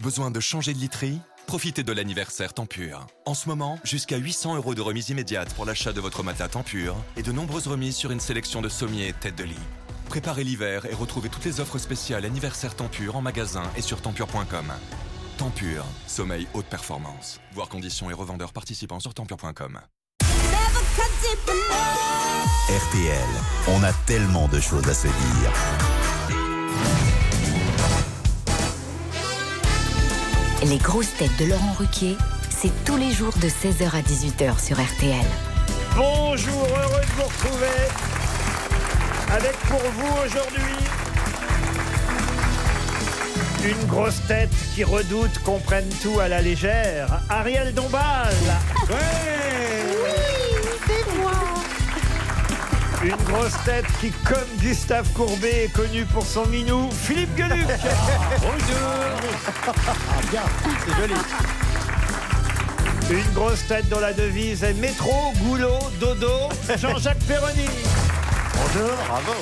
Besoin de changer de literie Profitez de l'anniversaire Tempur. En ce moment, jusqu'à 800 euros de remise immédiate pour l'achat de votre matelas Tempur et de nombreuses remises sur une sélection de sommiers et têtes de lit. Préparez l'hiver et retrouvez toutes les offres spéciales anniversaire Tempur en magasin et sur tempur.com. Tempur, sommeil haute performance. Voir conditions et revendeurs participants sur tempur.com. RTL, on a tellement de choses à se dire. Les grosses têtes de Laurent Ruquier, c'est tous les jours de 16h à 18h sur RTL. Bonjour, heureux de vous retrouver. Avec pour vous aujourd'hui une grosse tête qui redoute qu'on prenne tout à la légère, Ariel Dombal. Une grosse tête qui, comme Gustave Courbet, est connue pour son minou, Philippe Gueluc. Bonjour. bien, c'est joli. Une grosse tête dont la devise est métro, goulot, dodo, Jean-Jacques Perroni. Bonjour, bravo.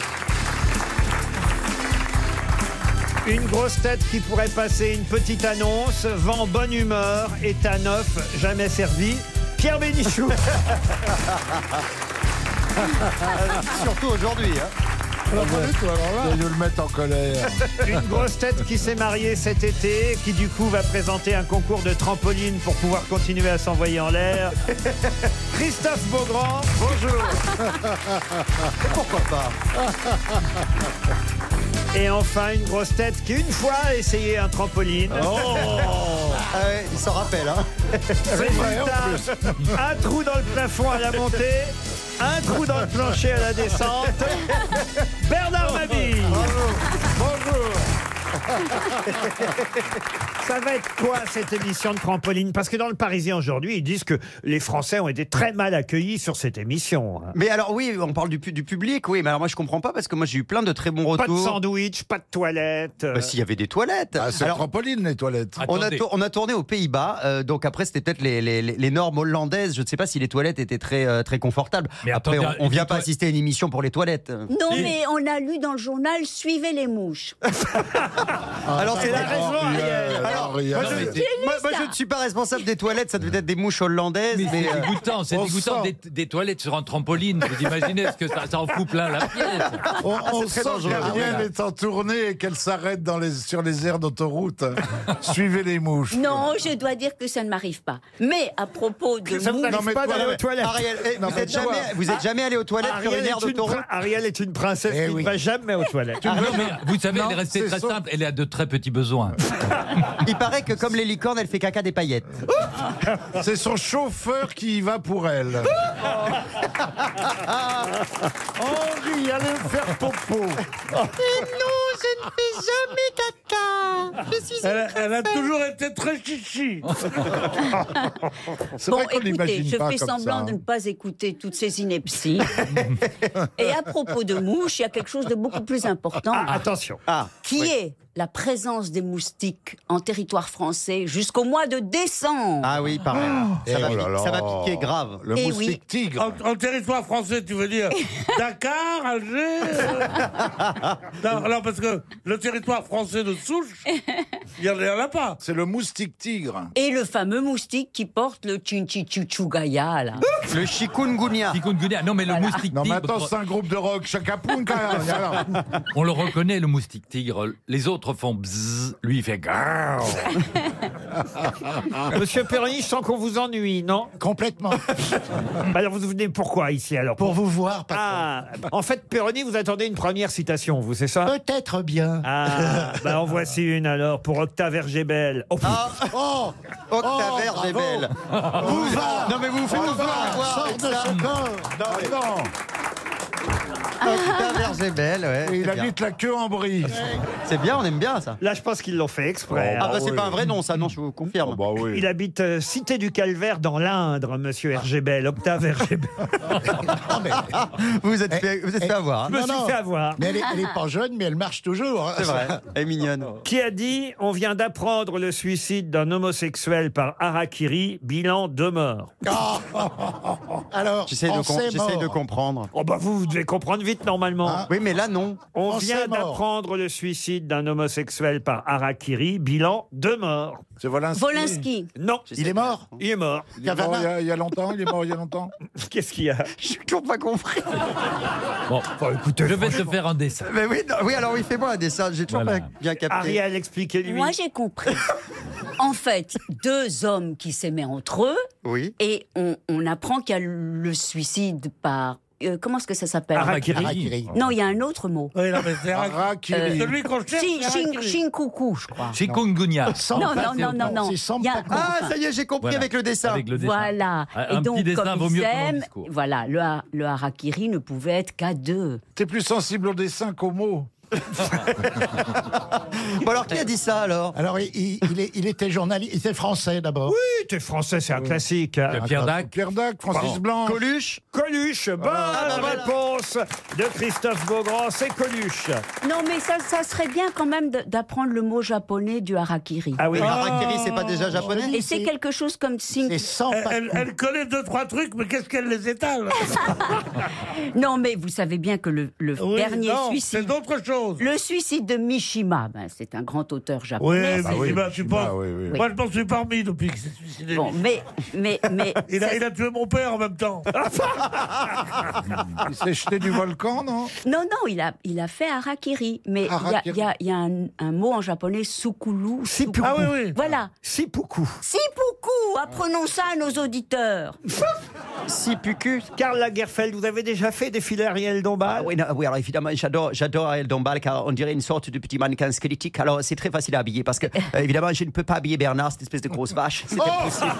Une grosse tête qui pourrait passer une petite annonce, vent bonne humeur, état neuf, jamais servi, Pierre Bénichou. Surtout aujourd'hui. Je vais le mettre en colère. Une grosse tête qui s'est mariée cet été, et qui du coup va présenter un concours de trampoline pour pouvoir continuer à s'envoyer en l'air. Christophe Beaugrand, bonjour. Pourquoi pas Et enfin, une grosse tête qui, une fois, a essayé un trampoline. Oh. Ah ouais, il s'en rappelle. Hein. vrai, Résultat, un trou dans le plafond à la montée, un trou dans le plancher à la descente. Bernard Mabille Oh, Bonjour. Ça va être quoi cette émission de trampoline Parce que dans le Parisien aujourd'hui, ils disent que les Français ont été très mal accueillis sur cette émission. hein. Mais alors oui, on parle du, pu- du public, oui, mais alors moi je comprends pas parce que moi j'ai eu plein de très bons Pas de retours. sandwich, pas de toilette. euh, Bah, S'il y avait des toilettes. Ah, c'est Alors, trampoline, les toilettes. on a, tour- on a tourné aux Pays-Bas, euh, donc après c'était peut-être les, les- les- les normes hollandaises. Je ne sais pas si les toilettes étaient très euh, très confortables. Mais après, attendez, on, on les vient pas toi- assister à une émission pour les toilettes. Non, mais on a lu dans le journal Suivez les mouches. alors Ah, c'est elle a la raison, Ariel. Alors, Moi, je, moi- moi, je ne suis pas responsable des toilettes, ça devait être des mouches hollandaises. Mais, C'est euh, dégoûtant, c'est on dégoûtant sent. des, des toilettes sur un trampoline. Vous imaginez ce que ça, ça en fout plein la pièce. On, on très sent dangereux. qu'Ariel Ah, oui. est en tournée et qu'elle s'arrête dans les, sur les aires d'autoroute. Suivez les mouches. Non, je dois dire que ça ne m'arrive pas. Mais à propos de Ça ne mouches, Non, m'arrive mais pas toi, d'aller ouais. aux toilettes. Ariel, eh, Non, vous mais n'êtes toi- jamais, vous Ah, êtes jamais allé aux toilettes sur Ariel une aire est, une d'autoroute. prin- Ariel est une princesse Eh qui oui. ne va jamais aux toilettes. Non, mais vous savez, Ah, Non, elle est restée c'est très sauf- simple. Elle a de très petits besoins. Il paraît que comme les licornes, elle fait caca des paillettes. C'est son chauffeur qui y va pour elle. Henri, allez me faire popo. Elle, elle a toujours été très chichi. C'est Bon, vrai qu'on écoutez, n'imagine je pas fais comme semblant ça. hein. de ne pas écouter toutes ces inepties. Et à propos de mouches, il y a quelque chose de beaucoup plus important, Ah, attention. qui est la présence des moustiques en territoire français jusqu'au mois de décembre. Ah oui, pareil. ça, Eh, va oh là piquer- là. ça va piquer grave. Le Eh oui. moustique En, tigre. en territoire français, tu veux dire Dakar, Alger euh, non, non, parce que le territoire français de souche, il n'y en il y en a pas. C'est le moustique tigre. Et le fameux moustique qui porte le chinchichuchugaya, Ah, là. Le chikungunya. Chikungunya. ah Non, mais le moustique Non, mais attends, tigre, c'est un groupe de rock. Chaka Punka. Et alors on le reconnaît, le moustique tigre. Les autres font bzzz, lui il fait grrr. Monsieur Perroni, je sens qu'on vous ennuie, non Bah, Complètement. Alors vous venez pourquoi ici alors Pour vous voir, Ah, en fait, Perroni, vous attendez une première citation, vous, c'est ça peut-être bien. Ah, bah en voici une alors pour Octave Hergébel. Oh, Ah, Oh Octave Oh, Hergé bravo. belle. Bouvard Non, mais vous vous faites pas avoir Sors avec de ça. ce corps Non, non Octave Hergé belle, ouais. Et c'est Il bien. Ah, habite la queue en brie. C'est bien, on aime bien ça. Là, je pense qu'ils l'ont fait exprès. Oh, Ah, bah bah c'est oui. pas un vrai nom, ça, non, je vous confirme. bah oui. Il habite euh, Cité du Calvaire dans l'Indre, monsieur Hergébel, Octave Hergébel. Vous vous êtes Eh, fait, vous êtes fait avoir. hein. Je me suis fait avoir. Mais elle est, pas jeune, mais elle marche toujours. hein. C'est vrai. Elle est mignonne. Qui a dit On vient d'apprendre le suicide d'un homosexuel par Harakiri, bilan deux morts. Alors, J'essaie de, com- j'essaie de comprendre. Oh, bah vous, vous devez comprendre vite suite normalement. Oui, mais là, non. On Français vient mort. d'apprendre le suicide d'un homosexuel par Harakiri. Bilan, deux morts. C'est Volinsky. Volinsky. Non, Il est mort il est mort. Il est mort il y a- il y a longtemps Il est mort il y a longtemps Qu'est-ce qu'il y a J'ai toujours pas compris. Bon, je vais te faire un dessin. Mais oui, non, oui alors il fait moi un dessin, j'ai toujours Voilà. pas bien capté. Ariel, expliquez-lui. Moi, j'ai compris. en fait, deux hommes qui s'aimaient entre eux, Oui. et on, on apprend qu'il y a le suicide par. euh, comment est-ce que ça s'appelle Harakiri. Harakiri. Non, il y a un autre mot. Oui, non, mais c'est Harakiri. Eh, Harakiri. Celui qu'on cherche. Shin- c'est shin- Harakiri. Shinkuku, je crois. Chikungunya. Sans- Non, non, non, non, non. C'est sans Il y a- pas Ah, ça y est, j'ai compris Voilà. avec le dessin. Avec le dessin. Voilà. Un et petit donc, dessin comme vaut ils mieux que mon aiment, discours. voilà, le, ha- le harakiri ne pouvait être qu'à deux. T'es plus sensible au dessin qu'aux mots. Bon, alors qui a dit ça alors Alors, il, il- il est- il était journaliste, il était français d'abord. Oui, t'es français, c'est un classique. Le Ah, Pierre Dac. Pierre Dac, Francis Blanc. Coluche Coluche, bonne bah voilà. réponse de Christophe Beaugrand, c'est Coluche. Non, mais ça, ça serait bien quand même de- d'apprendre le mot japonais du harakiri. Ah oui, Le Harakiri, c'est pas déjà japonais Et c'est quelque chose comme shin- C'est sans Euh, Elle, pas elle- elle connaît deux, trois trucs, mais qu'est-ce qu'elle les étale Non, mais vous savez bien que le, le Oui, dernier non, C'est suicide, d'autres choses. le suicide de Mishima, ben, c'est un grand auteur Oui, japonais. mais oui, bah, tu Mishima, penses- oui, oui. Moi, je m'en suis pas remis depuis qu'il s'est suicidé. Bon, mais, mais, mais, Il ça- Ah, a, il a tué mon père en même temps. Il s'est jeté du volcan, non non, non, il a, il a fait harakiri. Mais il y a- il y a, il y a un, un mot en japonais, sukulu. Seppuku. Ah oui, oui. Voilà. Sipuku. Seppuku, apprenons ça à nos auditeurs. Sipuku Karl Lagerfeld, vous avez déjà fait défiler Ariel Dombal Ah oui, non, oui, alors évidemment, j'adore, j'adore Ariel Dombal car on dirait une sorte de petit mannequin squelettique. Alors c'est très facile à habiller parce que, euh, évidemment, je ne peux pas habiller Bernard, cette espèce de grosse vache. C'est impossible.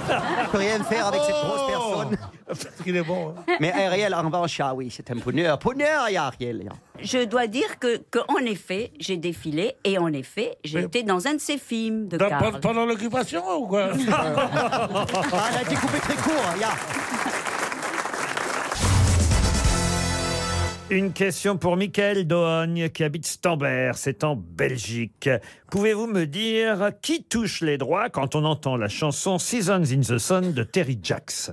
Je peux rien faire avec cette grosse personne. Parce qu'il est bon. hein. Mais Ariel, en revanche, ah oui, c'est un bonheur. Bonheur, et Ariel. Je dois dire que, que en effet, j'ai défilé et en effet, j'ai Mais- été dans un de ces films de Dans- Karl. pendant pendant l'occupation ou quoi Ah, elle a été coupée très court, regarde. Une question pour Michael Dogne qui habite Stambert, c'est en Belgique. Pouvez-vous me dire qui touche les droits quand on entend la chanson Seasons in the Sun de Terry Jacks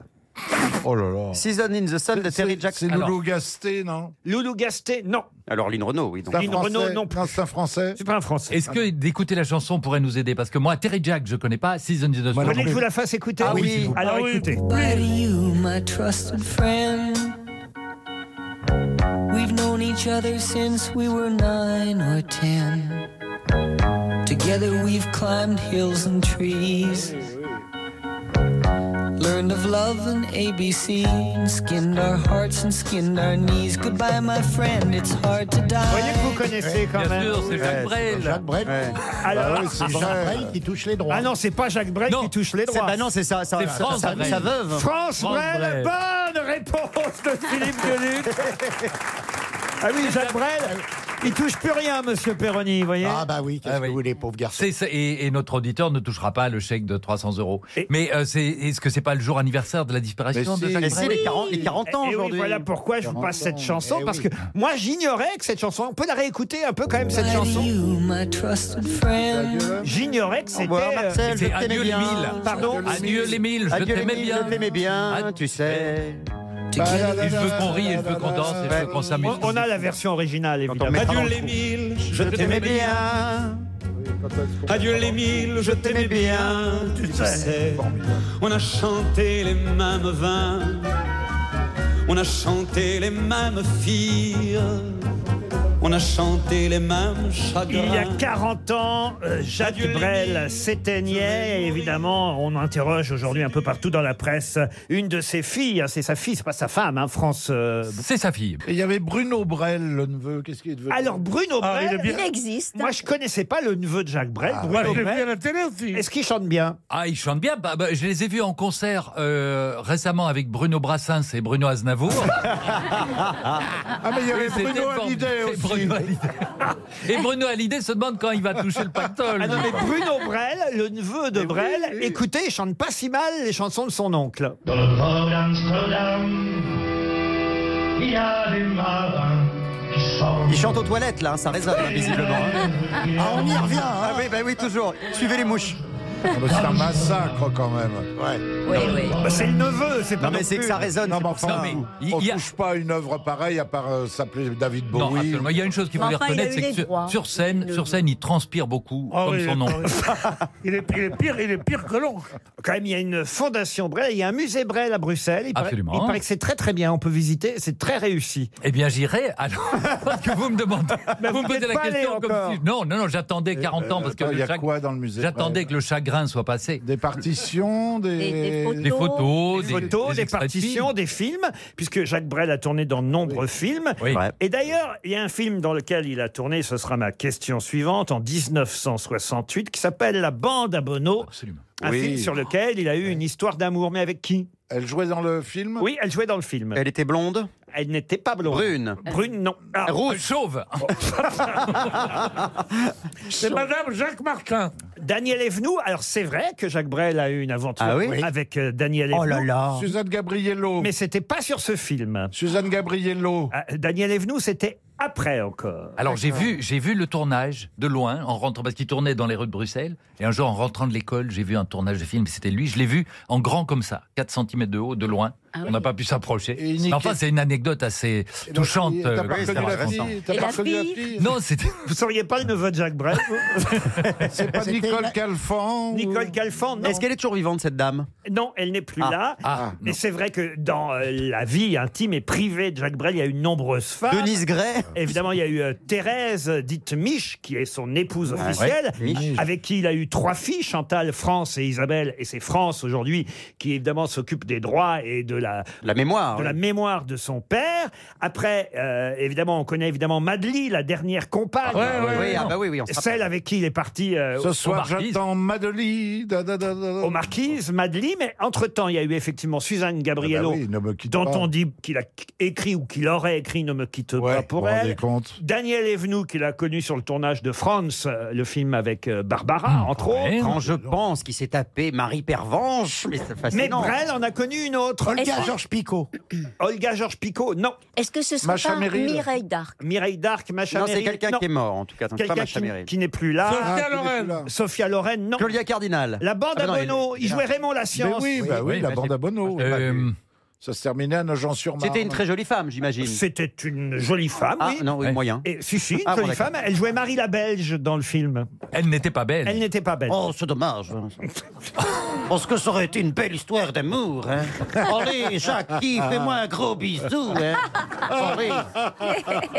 Oh là là. Season in the Sun de Terry C'est Jackson. Loulou Gasté, non Loulou Gasté Non, Alors Lynn Renault, oui. donc. C'est un Lynn Français. Renault non plus. c'est un Français. c'est pas un français. Est-ce que d'écouter la chanson pourrait nous aider Parce que moi, Terry Jack, je connais pas. Season of the Vous Sun. voulez que je vous la fasse écouter Ah oui, s'il vous plaît. Alors Ah oui. écoutez. Oui. Vous voyez que vous connaissez quand Bien même. sûr, c'est Jacques Brel. Jacques Brel. Alors, Ah, C'est Jacques Brel qui touche les droits. ah non, c'est pas Jacques Brel Non. qui touche les C'est- droits. bah Bah non, c'est ça, ça, C'est ça- France ça- Brel. sa veuve. France, France Brel. Brel, bonne réponse de Philippe Gueluc. ah oui, Jacques Brel, il touche plus rien, monsieur Perroni, vous voyez. Ah bah oui, qu'est-ce Ah oui. que vous voulez, pauvre garçon C'est ça, et, et notre auditeur ne touchera pas le chèque de 300 euros. Et- Mais euh, c'est- est-ce que c'est pas le jour anniversaire de la disparition Mais de si. Eh Jacques Et c'est Brel les 40, les 40 Et- et bah, ans eh oui, aujourd'hui. voilà pourquoi je vous passe cette chanson, Eh parce oui. que moi j'ignorais que cette chanson, on peut la réécouter un peu quand même cette chanson. Ah. J'ignorais que Au c'était. revoir, euh, Marcel, je C'est t'aimais Adieu les bien. mille. Pardon Adieu les mille, je Adieu les t'aimais mille, bien. je t'aimais bien, Adieu. tu sais. Bah, Et je veux qu'on rie, et je veux qu'on danse, et je veux qu'on s'amuse. on, on a la version originale on évidemment. mettra dans le trou. mille, Je t'aimais bien, adieu les mille, je t'aimais bien. On a chanté les mêmes vins, on a chanté les mêmes filles, on a chanté les mêmes chagrins. Il y a 40 ans, euh, Jacques Brel s'éteignait. Et évidemment, on interroge aujourd'hui un peu partout dans la presse une de ses filles. hein, C'est sa fille, c'est pas sa femme, hein, France. euh, C'est sa fille. Et il y avait Bruno Brel, le neveu. Qu'est-ce qu'il est devenu Alors, Bruno Ah, il Brel, est bien. Il existe. moi, je connaissais pas le neveu de Jacques Brel. Bruno Moi, je l'ai vu Brel. à la télé aussi. Est-ce qu'il chante bien Ah, ils chantent bien. Bah, bah, je les ai vus en concert euh, récemment avec Bruno Brassens et Bruno Aznavour. Ah, mais il y avait C'était Bruno formidable. Hallyday Et aussi. Bruno Hallyday. et Bruno Hallyday se demande quand il va toucher le pactole. Ah non, lui. mais Bruno Brel, le neveu de Brel, écoutez, il chante pas si mal les chansons de son oncle. Dans le port d'Amsterdam, il y a des marins qui sont... Il chante aux toilettes, là, hein, ça résonne, hein, visiblement. hein. Ah, on y revient, hein Ah oui, bah oui, toujours. Suivez les mouches. C'est un massacre quand même. Ouais. Oui, oui. Bah, c'est le neveu, c'est pas Non, mais non c'est plus. que ça résonne. Non, mais enfin, on touche pas une œuvre pareille à part euh, s'appeler David Bowie. Non, absolument. Il y a une chose qu'il faut lui reconnaître, c'est que sur, sur scène, sur scène, il transpire beaucoup, Ah comme oui, son nom. Il est, il est pire, il est pire que l'oncle. Quand même, il y a une fondation Brel, il y a un musée Brel à Bruxelles. Il paraît- Absolument. il paraît que c'est très très bien, on peut visiter, c'est très réussi. Eh bien, j'irai. Alors, parce que vous me demandez, Mais vous me vous posez n'êtes la pas allé question comme encore. si non, non, non, j'attendais 40 ans parce que euh, attends, il y a quoi dans le musée J'attendais que le chagrin soit passé. Des partitions, des, des photos, des, photos, des extraits de partitions, films. des films, puisque Jacques Brel a tourné dans de nombreux films. Et d'ailleurs, il y a un film dans lequel il a tourné, ce sera ma question suivante, en 1968, qui s'appelle La Bande à Bono. Un Oui. film sur lequel il a eu une histoire d'amour, mais avec qui Elle jouait dans le film Oui, elle jouait dans le film. Elle était blonde Elle n'était pas blonde. Brune Brune, non. Ah, Rouge. Chauve C'est Madame Jacques Martin. Daniel Evenou, alors c'est vrai que Jacques Brel a eu une aventure Ah oui avec euh, Daniel Evenou. Oh là là. Suzanne Gabriello. Mais Ah, c'était pas sur ce film. Suzanne Gabriello. Daniel Evenou, c'était après encore. Alors j'ai vu, j'ai vu le tournage de loin en rentrant parce qu'il tournait dans les rues de Bruxelles. Et un jour en rentrant de l'école, j'ai vu un tournage de film. C'était lui. Je l'ai vu en grand comme ça, 4 cm de haut, de loin. On n'a pas pu s'approcher. niquait- Mais Enfin, c'est une anecdote assez Et donc, touchante. t'as euh, pas que reconnu ça la raconte. fille T'as Et pas la reconnu la fille fille Non, c'était. Vous seriez pas le neveu de Jacques Brel C'est pas C'était Nicole la- Calfan Nicole Calfan, non. Est-ce qu'elle est toujours vivante, cette dame Non, elle n'est plus Ah. là. Ah, mais c'est vrai que dans euh, la vie intime et privée de Jacques Brel, il y a eu de nombreuses femmes. Denise Gray Évidemment, il y a eu euh, Thérèse, euh, dite Mich, qui est son épouse Ah Ouais. officielle, Ouais, Mich. avec qui il a eu trois filles, Chantal, France et Isabelle. Et c'est France aujourd'hui qui, évidemment, s'occupe des droits et de la, La mémoire, de ouais. la mémoire de son père. Après, euh, évidemment, on connaît évidemment Madly, la dernière compagne. Ah, ouais, ouais, Oui, ouais. ah bah oui, oui, on se rappelle. Celle avec qui il est parti euh, Ce au- au soir, Marquis. j'attends Madeleine. Aux marquises, Madly, mais entre-temps, il y a eu effectivement Suzanne Gabriello, Eh ben Ah bah oui, Ne me quitte dont pas. on dit qu'il a écrit ou qu'il aurait écrit Ne me quitte pas vous pour vous rendez elle. compte Daniel Evenou, qu'il a connu sur le tournage de France, euh, le film avec euh, Hmm. Barbara, entre autres. Quand je pense qu'il s'est tapé Marie Pervenche, mais c'est Mais fascinant. Brel en a connu une autre. Olga Est-ce que- Georges Picot. Olga Georges Picot, non. Est-ce que ce serait Macha pas Merrill. Mireille d'Arc Mireille d'Arc, Macha Non, c'est Merrill, quelqu'un non. qui est mort, en tout cas, donc pas Quelqu'un Macha qui, Merrill. qui n'est plus là. Sophia Ah, qui n'est plus Loren. là. Sophia Loren, non. Clolia Cardinal. La bande à Ah, bah non, elle Bono. est- Il jouait Raymond la Mais science. oui, bah oui, la bande à Euh, Bono. Ça se terminait à Nogent-sur-Marne. C'était une très jolie femme, j'imagine. C'était une jolie femme, Ah, oui. non, oui, moyen. Et, si, si, une Ah, bon, jolie d'accord. femme. Elle jouait Marie la Belge dans le film. Elle n'était pas belle. Elle n'était pas belle. Oh, c'est dommage. Parce que ça aurait été une belle histoire d'amour. Hein. Allez, Jackie, fais-moi un gros bisou. Hein. Allez.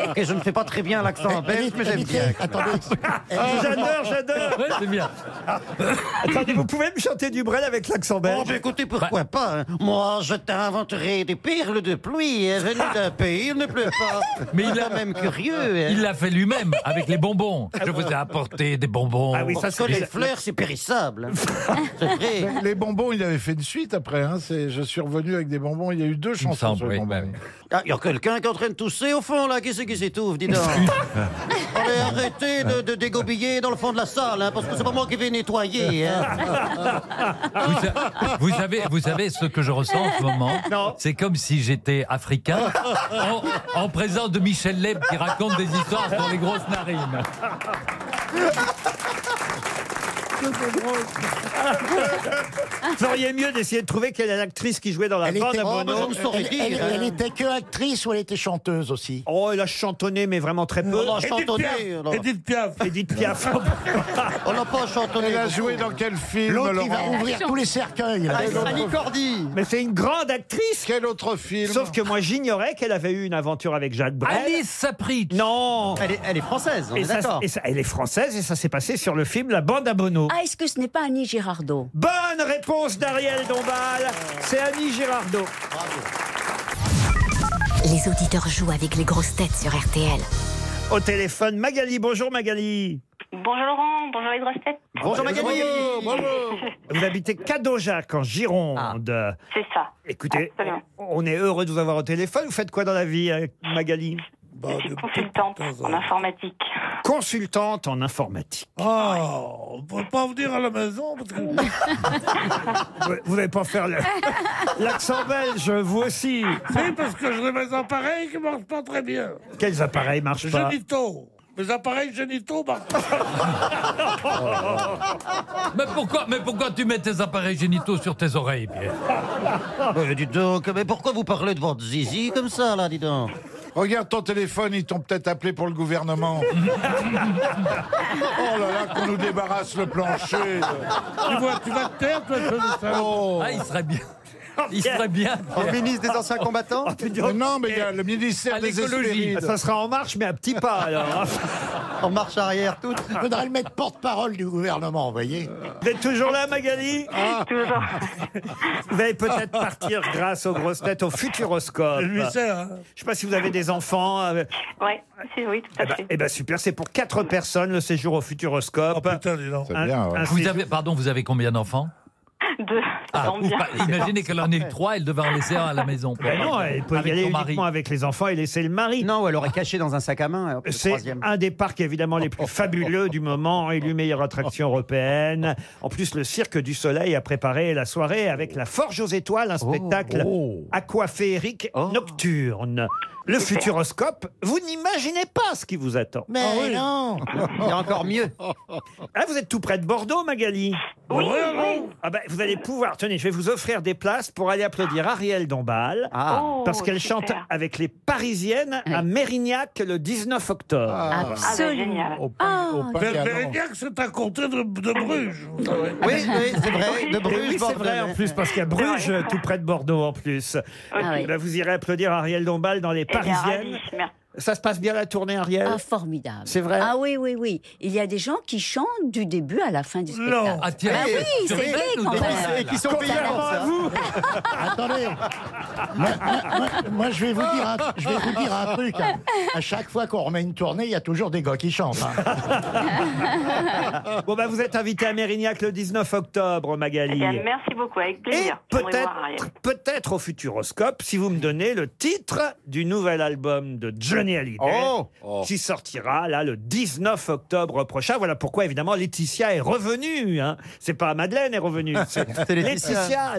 Ok, je ne fais pas très bien l'accent belge, mais j'aime bien. J'adore, j'adore. c'est bien. Attendez, vous pouvez me chanter du Brel avec l'accent belge Oh, bah, écoutez, pourquoi pas hein. Moi, je t'inventerai des perles de pluie hein, venues d'un pays, il ne pleut pas. Mais il C'est a quand même curieux. hein. Il l'a fait lui-même avec les bonbons. Je vous ai apporté des bonbons. Ah oui, ça, Parce que les fleurs, c'est périssable. hein. C'est vrai. Mais Les bonbons, il avait fait une suite après. Hein. C'est- Je suis revenu avec des bonbons. Il y a eu deux chansons semble, sur les oui, bonbons. bah oui. Ah, Il y a quelqu'un qui est en train de tousser au fond, là. Qui c'est qui s'étouffe, dis donc Allez, arrêtez de, de dégobiller dans le fond de la salle, hein, parce que c'est pas moi qui vais nettoyer. hein. Vous, sa- vous savez, vous savez ce que je ressens en ce moment C'est comme si j'étais africain en, en présence de Michel Leb qui raconte des histoires sur les grosses narines. Vous auriez mieux d'essayer de trouver quelle est l'actrice qui jouait dans la bande à oh, hein. Bono. hein. était que actrice ou elle était chanteuse aussi Oh, elle a chantonné, mais vraiment très peu. Elle a chantonné, alors. Edith Piaf. Edith Piaf. On n'a pas chantonné. Elle a beaucoup. joué dans quel film L'autre, il va Laurent ouvrir tous les cercueils. là. Ah, Quel Fanny autre- Cordy mais c'est une grande actrice. Quel autre film Sauf que moi, j'ignorais qu'elle avait eu une aventure avec Jacques Brel. Alice Sapritch Non elle est, elle est française, on et est ça, d'accord. et ça- elle est française et ça s'est passé sur le film La Bande à Bono. Ah, est-ce que ce n'est pas Annie Girardot Bonne réponse d'Ariel Dombal. C'est Annie Girardot. Les auditeurs jouent avec les grosses têtes sur RTL. Au téléphone, Magali. Bonjour Magali. Bonjour Laurent, bonjour les grosses têtes. Bonjour Magali Vous habitez Cadojac en Gironde. Ah. C'est ça. Écoutez, Absolument. on est heureux de vous avoir au téléphone. Vous faites quoi dans la vie, euh, Magali Bah, Je suis consultante en informatique. Consultante en informatique. Ah, Oh, on ne peut pas venir à la maison parce que. Vous- Vous n'allez pas faire le- l'accent belge, vous aussi. C'est parce que je les mets en pareil qui ne marchent pas très bien. Bah. Quels appareils marchent pas Génitaux. mes appareils génitaux, Martin. Mais pourquoi, mais pourquoi tu mets tes appareils génitaux sur tes oreilles, Pierre Euh, Mais dis donc, mais pourquoi vous parlez de votre zizi comme ça, là, dis donc Regarde ton téléphone, ils t'ont peut-être appelé pour le gouvernement. oh là là, qu'on nous débarrasse le plancher. Tu vois, tu vas te taire, toi, Ah, je Ah, il serait bien. Il serait bien. En ministre des anciens combattants Non, mais il y a le ministère À des l'écologie. Hespérides. Ah, Ça sera en marche, mais à petits pas, alors. hein. en marche arrière, tout. Faudrait le mettre porte-parole du gouvernement, vous voyez. Euh, Vous êtes toujours là, Magali Toujours. Vous allez peut-être partir grâce aux grosses têtes au futuroscope. Je lui sers, hein. Oh, Je ne sais pas si vous avez des enfants. euh, Ouais, c'est oui, tout à fait. Eh ben super, c'est pour quatre personnes le séjour au Futuroscope. Oh, Un- un vous séjour- avez, pardon, vous avez combien d'enfants Deux, Ah, tant ou bien. pas. Imaginez qu'elle en ait eu trois, elle devait en laisser un à la maison. Ben non, elle peut y Avec aller son uniquement mari. avec les enfants et laisser le mari. Non, elle aurait caché dans un sac à main. C'est Ah, un des parcs évidemment les plus fabuleux du moment, élu meilleure attraction européenne. En plus, le Cirque du Soleil a préparé la soirée avec la Forge aux Étoiles, un spectacle aquaférique nocturne. Le futuroscope, vous n'imaginez pas ce qui vous attend. Mais Ah oui. non. Il y a encore mieux. Ah, vous êtes tout près de Bordeaux, Magali Oui, oui. Ah ben, vous allez pouvoir, tenez, je vais vous offrir des places pour aller applaudir Ariel Dombal, Ah. Oh, parce qu'elle super. chante avec les Parisiennes à Mérignac le 19 octobre. Ah. Absolument. Ah, bah, génial. Vers Bérignac, c'est à côté de, de Bruges. Oui, Et Ah, Eh oui, c'est vrai en plus, parce qu'il y a Bruges euh, tout près de Bordeaux en plus. Ah oui. Bah, vous irez applaudir Ariel Dombal dans les Eh bien, Parisiennes. ravi, merci. Ça se passe bien la tournée, Ariel Ah, formidable. C'est vrai Ah oui, oui, oui. Il y a des gens qui chantent du début à la fin du spectacle. Non. Ah, tiens, Bah Ah oui, c'est tu rigoles, gay nous, quand des- même. et qui sont payés avant à vous. Attendez. Moi, moi- moi- moi, je vais vous dire un, je vais vous dire un truc. hein. À chaque fois qu'on remet une tournée, il y a toujours des gars qui chantent. hein. bon, bah, vous êtes invité à Mérignac le 19 octobre, Eh Magali. bien, merci beaucoup, avec Et plaisir. J'aimerais voir Ariel. peut-être, peut-être au Futuroscope, si vous me donnez le titre du nouvel album de Johnny Hallyday, Oh qui sortira là le 19 octobre prochain. Voilà pourquoi évidemment Laetitia est revenue. Hein. C'est pas Madeleine est revenue. C'est C'est Laetitia.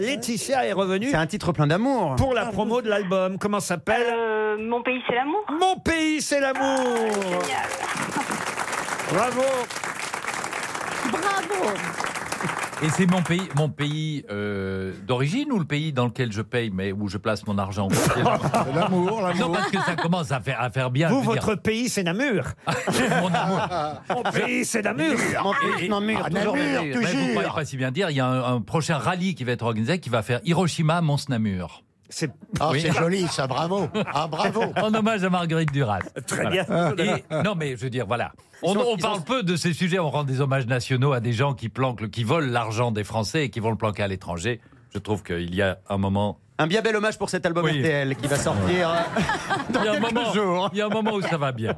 Laetitia, Laetitia est revenue. C'est un titre plein d'amour. Pour la promo de l'album, comment s'appelle Euh, Mon pays, c'est l'amour. Mon pays, c'est l'amour. Bravo. Bravo. Et c'est mon pays, mon pays euh, d'origine ou le pays dans lequel je paye, mais où je place mon argent L'amour, l'amour. Non, parce que ça commence à faire, à faire Ah, bien. Vous, je veux dire. votre pays, c'est Namur. Mon amour. Mon pays, c'est Namur. Mon pays, Namur, Ah, toujours Namur, Namur. toujours. Mais vous ne pourriez pas si bien dire, il y a un, un prochain rallye qui va être organisé qui va faire Hiroshima-Mons-Namur. C'est Ah, c'est joli, ça, bravo. Ah, bravo. En hommage à Marguerite Duras. Très bien. Ah, Et- non, mais je veux dire, voilà. Ils On, sont- on ils parle sont- peu de ces sujets, on rend des hommages nationaux à des gens qui planquent, le- qui volent l'argent des Français et qui vont le planquer à l'étranger. Je trouve qu'il y a un moment. Un bien bel hommage pour cet album Oui. RTL qui va sortir euh, dans Il y a un quelques moment- jours. Il y a un moment où ça va bien.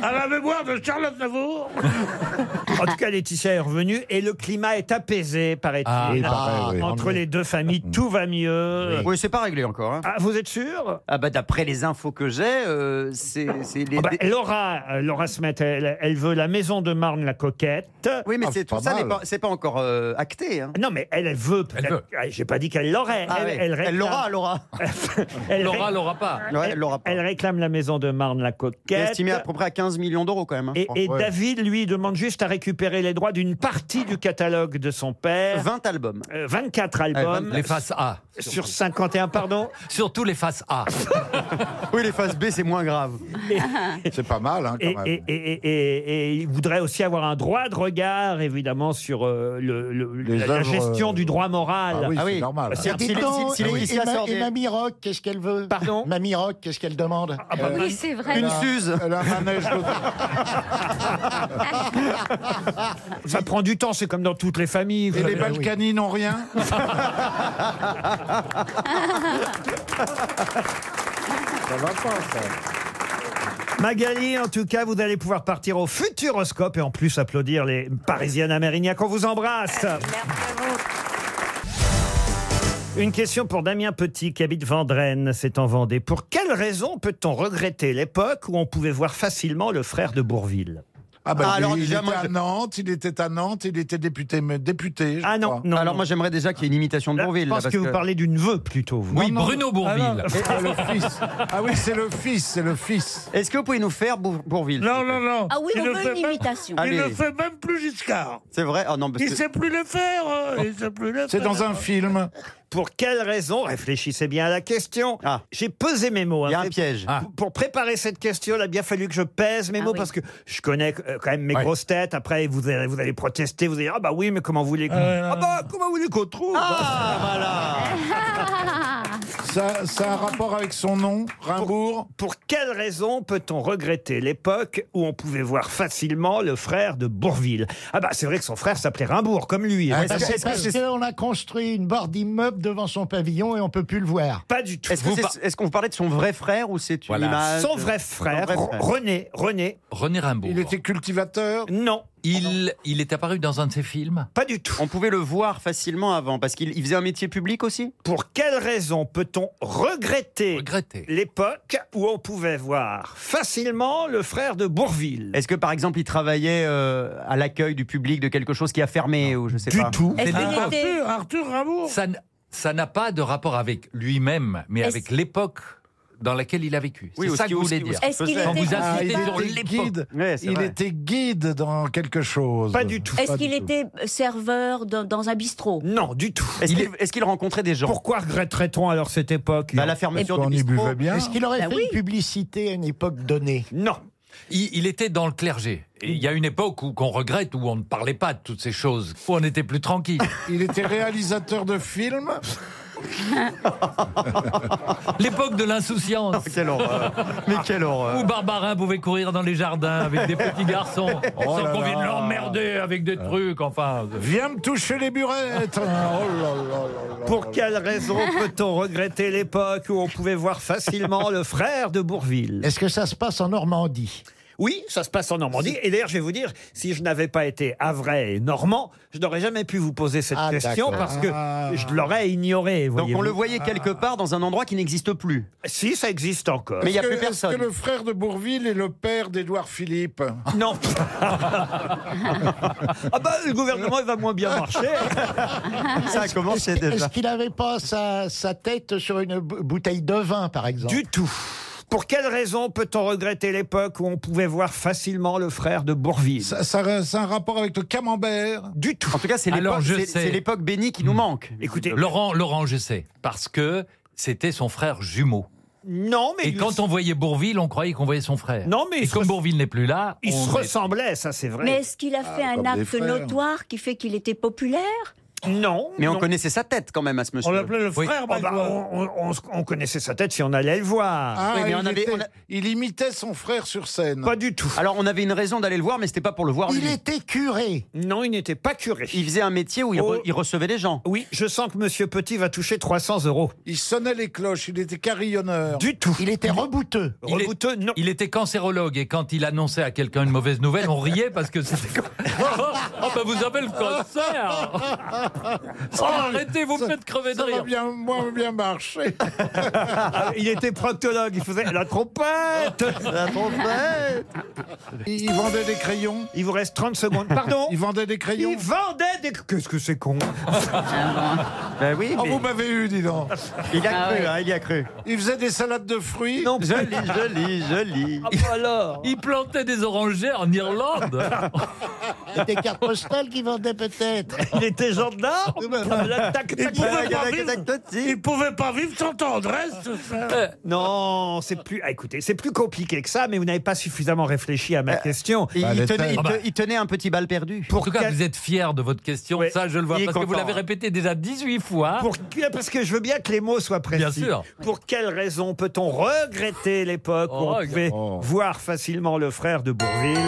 À la mémoire de Charlotte Navour. En tout cas, Laetitia est revenue et le climat est apaisé, paraît-il. Ah, oui, paraît, oui. Entre les deux familles, tout va mieux. Oui, c'est pas réglé encore. hein. Ah, vous êtes sûr Ah bah d'après les infos que j'ai, euh, c'est c'est les. Ah bah, Laura, euh, Laura Smet, elle, elle veut la maison de Marne la coquette. Oui, mais c'est tout ça n'est pas, c'est pas encore euh, acté. hein. Non, mais elle, elle veut. peut-être- Ah, J'ai pas dit qu'elle l'aurait. Ah elle, ouais. elle, Elle l'aura, Laura. elle Laura ré- l'aura pas. Elle, Ouais, elle l'aura elle réclame la maison de Marne la C'est coquette. estimé à peu près à 15 millions d'euros quand même. hein, Et, je pense. et Ouais. David, lui, demande juste à récupérer les droits d'une partie du catalogue de son père. 20 albums. Euh, 24 Eh, albums. Les faces A. Sur 51, pardon Surtout les faces A. oui, les faces B, c'est moins grave. C'est pas mal, hein, quand Et, même. et- et- et- et il voudrait aussi avoir un droit de regard, évidemment, sur euh, le, le- Les la, la œuvres, gestion euh, du droit moral. Ah oui, Ah c'est oui. normal. Ah Si- Et si- dites donc, si- si et- Laetitia et ma- sort des- et Mamie Rock, qu'est-ce qu'elle veut Euh, Pardon Mamie Rock, qu'est-ce qu'elle demande Ah Euh, bah, Oui, c'est vrai. Une suze. Elle a un manège de- Ça prend du temps, c'est comme dans toutes les Ah, familles. Et les bah Balkany n'ont rien Ça va pas, ça. Magali, en tout cas, vous allez pouvoir partir au Futuroscope et en plus applaudir les Parisiennes à Mérignac. On vous embrasse. Une question pour Damien Petit qui habite Vendrenne, c'est en Vendée. Pour quelle raison peut-on regretter l'époque où on pouvait voir facilement le frère de Bourville Ah bah, Ah, alors il, déjà, était moi, à je- Nantes, il était à Nantes, il était député, mais député. Ah je crois. Alors moi j'aimerais déjà qu'il y ait une imitation de Bourvil. je pense que vous parlez d'une veuve plutôt. Non, non, Ah, non. Ah, le fils. Ah oui, c'est le fils, c'est le fils. Est-ce que vous pouvez nous faire Bour- Bourvil Non, non, non. Ah oui, Il on ne veut fait une même- imitation. Ah, Il ne Allez. fait même plus Giscard. C'est vrai Ah non, parce Il que- sait plus le faire. euh, Oh. Il sait plus le faire. film. Pour quelle raison Réfléchissez bien à la question. J'ai pesé mes mots. Il y a un piège. Pour préparer cette question, il a bien fallu que je pèse mes mots parce que je connais euh, quand même mes Ouais. grosses têtes. Après, vous allez, vous allez protester, vous allez dire Ah bah oui, mais comment vous voulez qu'on- Ah bah comment vous voulez qu'on trouve Ah voilà Ça, ça a un rapport avec son nom, Rimbourg. Pour quelle raison peut-on regretter l'époque où on pouvait voir facilement le frère de Bourville Ah bah c'est vrai que son frère s'appelait Rimbourg, comme lui. hein. Ah Parce Est-ce que- que- est-ce que Parce c'est- qu'on a construit une barre d'immeuble devant son pavillon et on peut plus le voir. Pas du tout. Est-ce que c'est- est-ce qu'on parlait de son vrai frère ou c'est une Voilà. image Son vrai Son frère, vrai René, René. René Rimbaud. Il était cultivateur Non. Il, il est apparu dans un de ses films Pas du tout. On pouvait le voir facilement avant parce qu'il il faisait un métier public aussi. Pour quelle raison peut-on regretter, l'époque où on pouvait voir facilement le frère de Bourville Est-ce que par exemple il travaillait euh, à l'accueil du public de quelque chose qui a fermé ou je sais pas tout. C'est Ah, l'époque. Arthur, Arthur Rimbaud. Ça n- ça n'a pas de rapport avec lui-même, mais Est-ce- avec l'époque dans laquelle il a vécu. C'est Oui, ou ça ce que vous qu'il- voulez ou dire. ce qu'il Est-ce qu'il faisait. Quand vous Ah, insistez il sur était l'époque. guide. c'est il vrai. était guide dans quelque chose. Pas du Est-ce qu'il était euh, serveur dans, dans un bistrot Non, du tout. Est-ce qu'il est-ce qu'il rencontrait des gens Pourquoi regretterait-on alors cette époque bah, La fermeture Parce du qu'on y bistrot. buvait bien. Est-ce qu'il aurait Bah fait oui. une publicité à une époque donnée Non. Il, il était dans le clergé. Et il y a une époque où qu'on regrette, où on ne parlait pas de toutes ces choses, où on était plus tranquille. Il était réalisateur de films. L'époque de l'insouciance. quelle horreur. Mais quelle horreur. Où Barbarin pouvait courir dans les jardins avec des petits garçons, Oh sans là qu'on vienne là. l'emmerder avec des trucs, enfin. Viens me toucher les burettes. Oh là là là là. Pour quelle raison peut-on regretter l'époque où on pouvait voir facilement le frère de Bourville Est-ce que ça se passe en Normandie Oui, ça se passe en Normandie. Et d'ailleurs, je vais vous dire, si je n'avais pas été avray et normand, je n'aurais jamais pu vous poser cette Ah, question d'accord. parce que je l'aurais ignoré. Donc on voyez-vous. le voyait quelque part dans un endroit qui n'existe plus. Si, ça existe encore. Mais il n'y a Est-ce plus que- Est-ce personne. que le frère de Bourville est le père d'Édouard Philippe Non. ah bah, le gouvernement, il va moins bien marcher. Ça a commencé Est-ce déjà. qu'il n'avait pas sa, sa tête sur une bou- bouteille de vin, par exemple Du tout. Pour quelle raison peut-on regretter l'époque où on pouvait voir facilement le frère de Bourville Ça, ça- c'est un rapport avec le camembert Du tout. En tout cas, c'est l'époque- Alors, je c'est sais. c'est l'époque bénie qui nous manque. Écoutez, Laurent, Laurent, je sais. Parce que c'était son frère jumeau. non, Et mais il- quand on voyait Bourville, on croyait qu'on voyait son frère. Non, mais Et il se comme res- Bourville n'est plus là, il on se est- ressemblait, ça c'est vrai. Mais est-ce qu'il a fait un comme des acte frères. notoire qui fait qu'il était populaire Non. Mais on non. connaissait sa tête quand même à ce monsieur. On l'appelait le Oui. frère Oh, bah, Badois. on, on- on- on connaissait sa tête si on allait le voir. Ah, Oui, mais il, on avait- était- on a- il imitait son frère sur scène. Pas du tout. Alors on avait une raison d'aller le voir, mais c'était pas pour le voir Il lui. était curé. Non, il n'était pas curé. Il faisait un métier où il, re- Oh. il recevait les gens. Oui, je sens que Monsieur Petit va toucher 300 euros. Il sonnait les cloches, il était carillonneur. Du tout. Il était rebouteux. Il est- Rebouteux, non. Il était cancérologue et quand il annonçait à quelqu'un une mauvaise nouvelle, on riait parce que c'était. comme- Oh, oh, ben vous avez le cancer Oh, Arrêtez, vous me faites crever de Ça va rire bien, moins bien marcher. Ah, il était proctologue, il faisait la trompette. Il, il vendait des crayons. Il vous reste 30 secondes. Pardon Il vendait des crayons. Il vendait des... Qu'est-ce que c'est con Ben oui, Oh, mais vous m'avez eu, dis donc. il a cru, hein, il y a cru. Il faisait des salades de fruits. Joli, joli, joli. alors Il plantait des orangères en Irlande Des cartes postales qu'il vendait peut-être. Il était gendarme Tac, tac, Il tac, ben, pouvait tac. pas vivre. Il pouvait pas vivre sans tendresse, ce frère. Non, c'est plus... ah, écoutez, c'est plus compliqué que ça, mais vous n'avez pas suffisamment réfléchi à ma question. Il, Bah, il les tenait, il têtes. te- il tenait un petit bal perdu. En tout cas, quel- vous êtes fiers de votre question, Oui. ça je le vois, Il est parce que vous content, l'avez hein. répété déjà 18 fois. Pour- Parce que je veux bien que les mots soient précis. Ah. Bien sûr. Pour quelle raison peut-on regretter l'époque où Oh, on pouvait voir facilement le frère de Bourville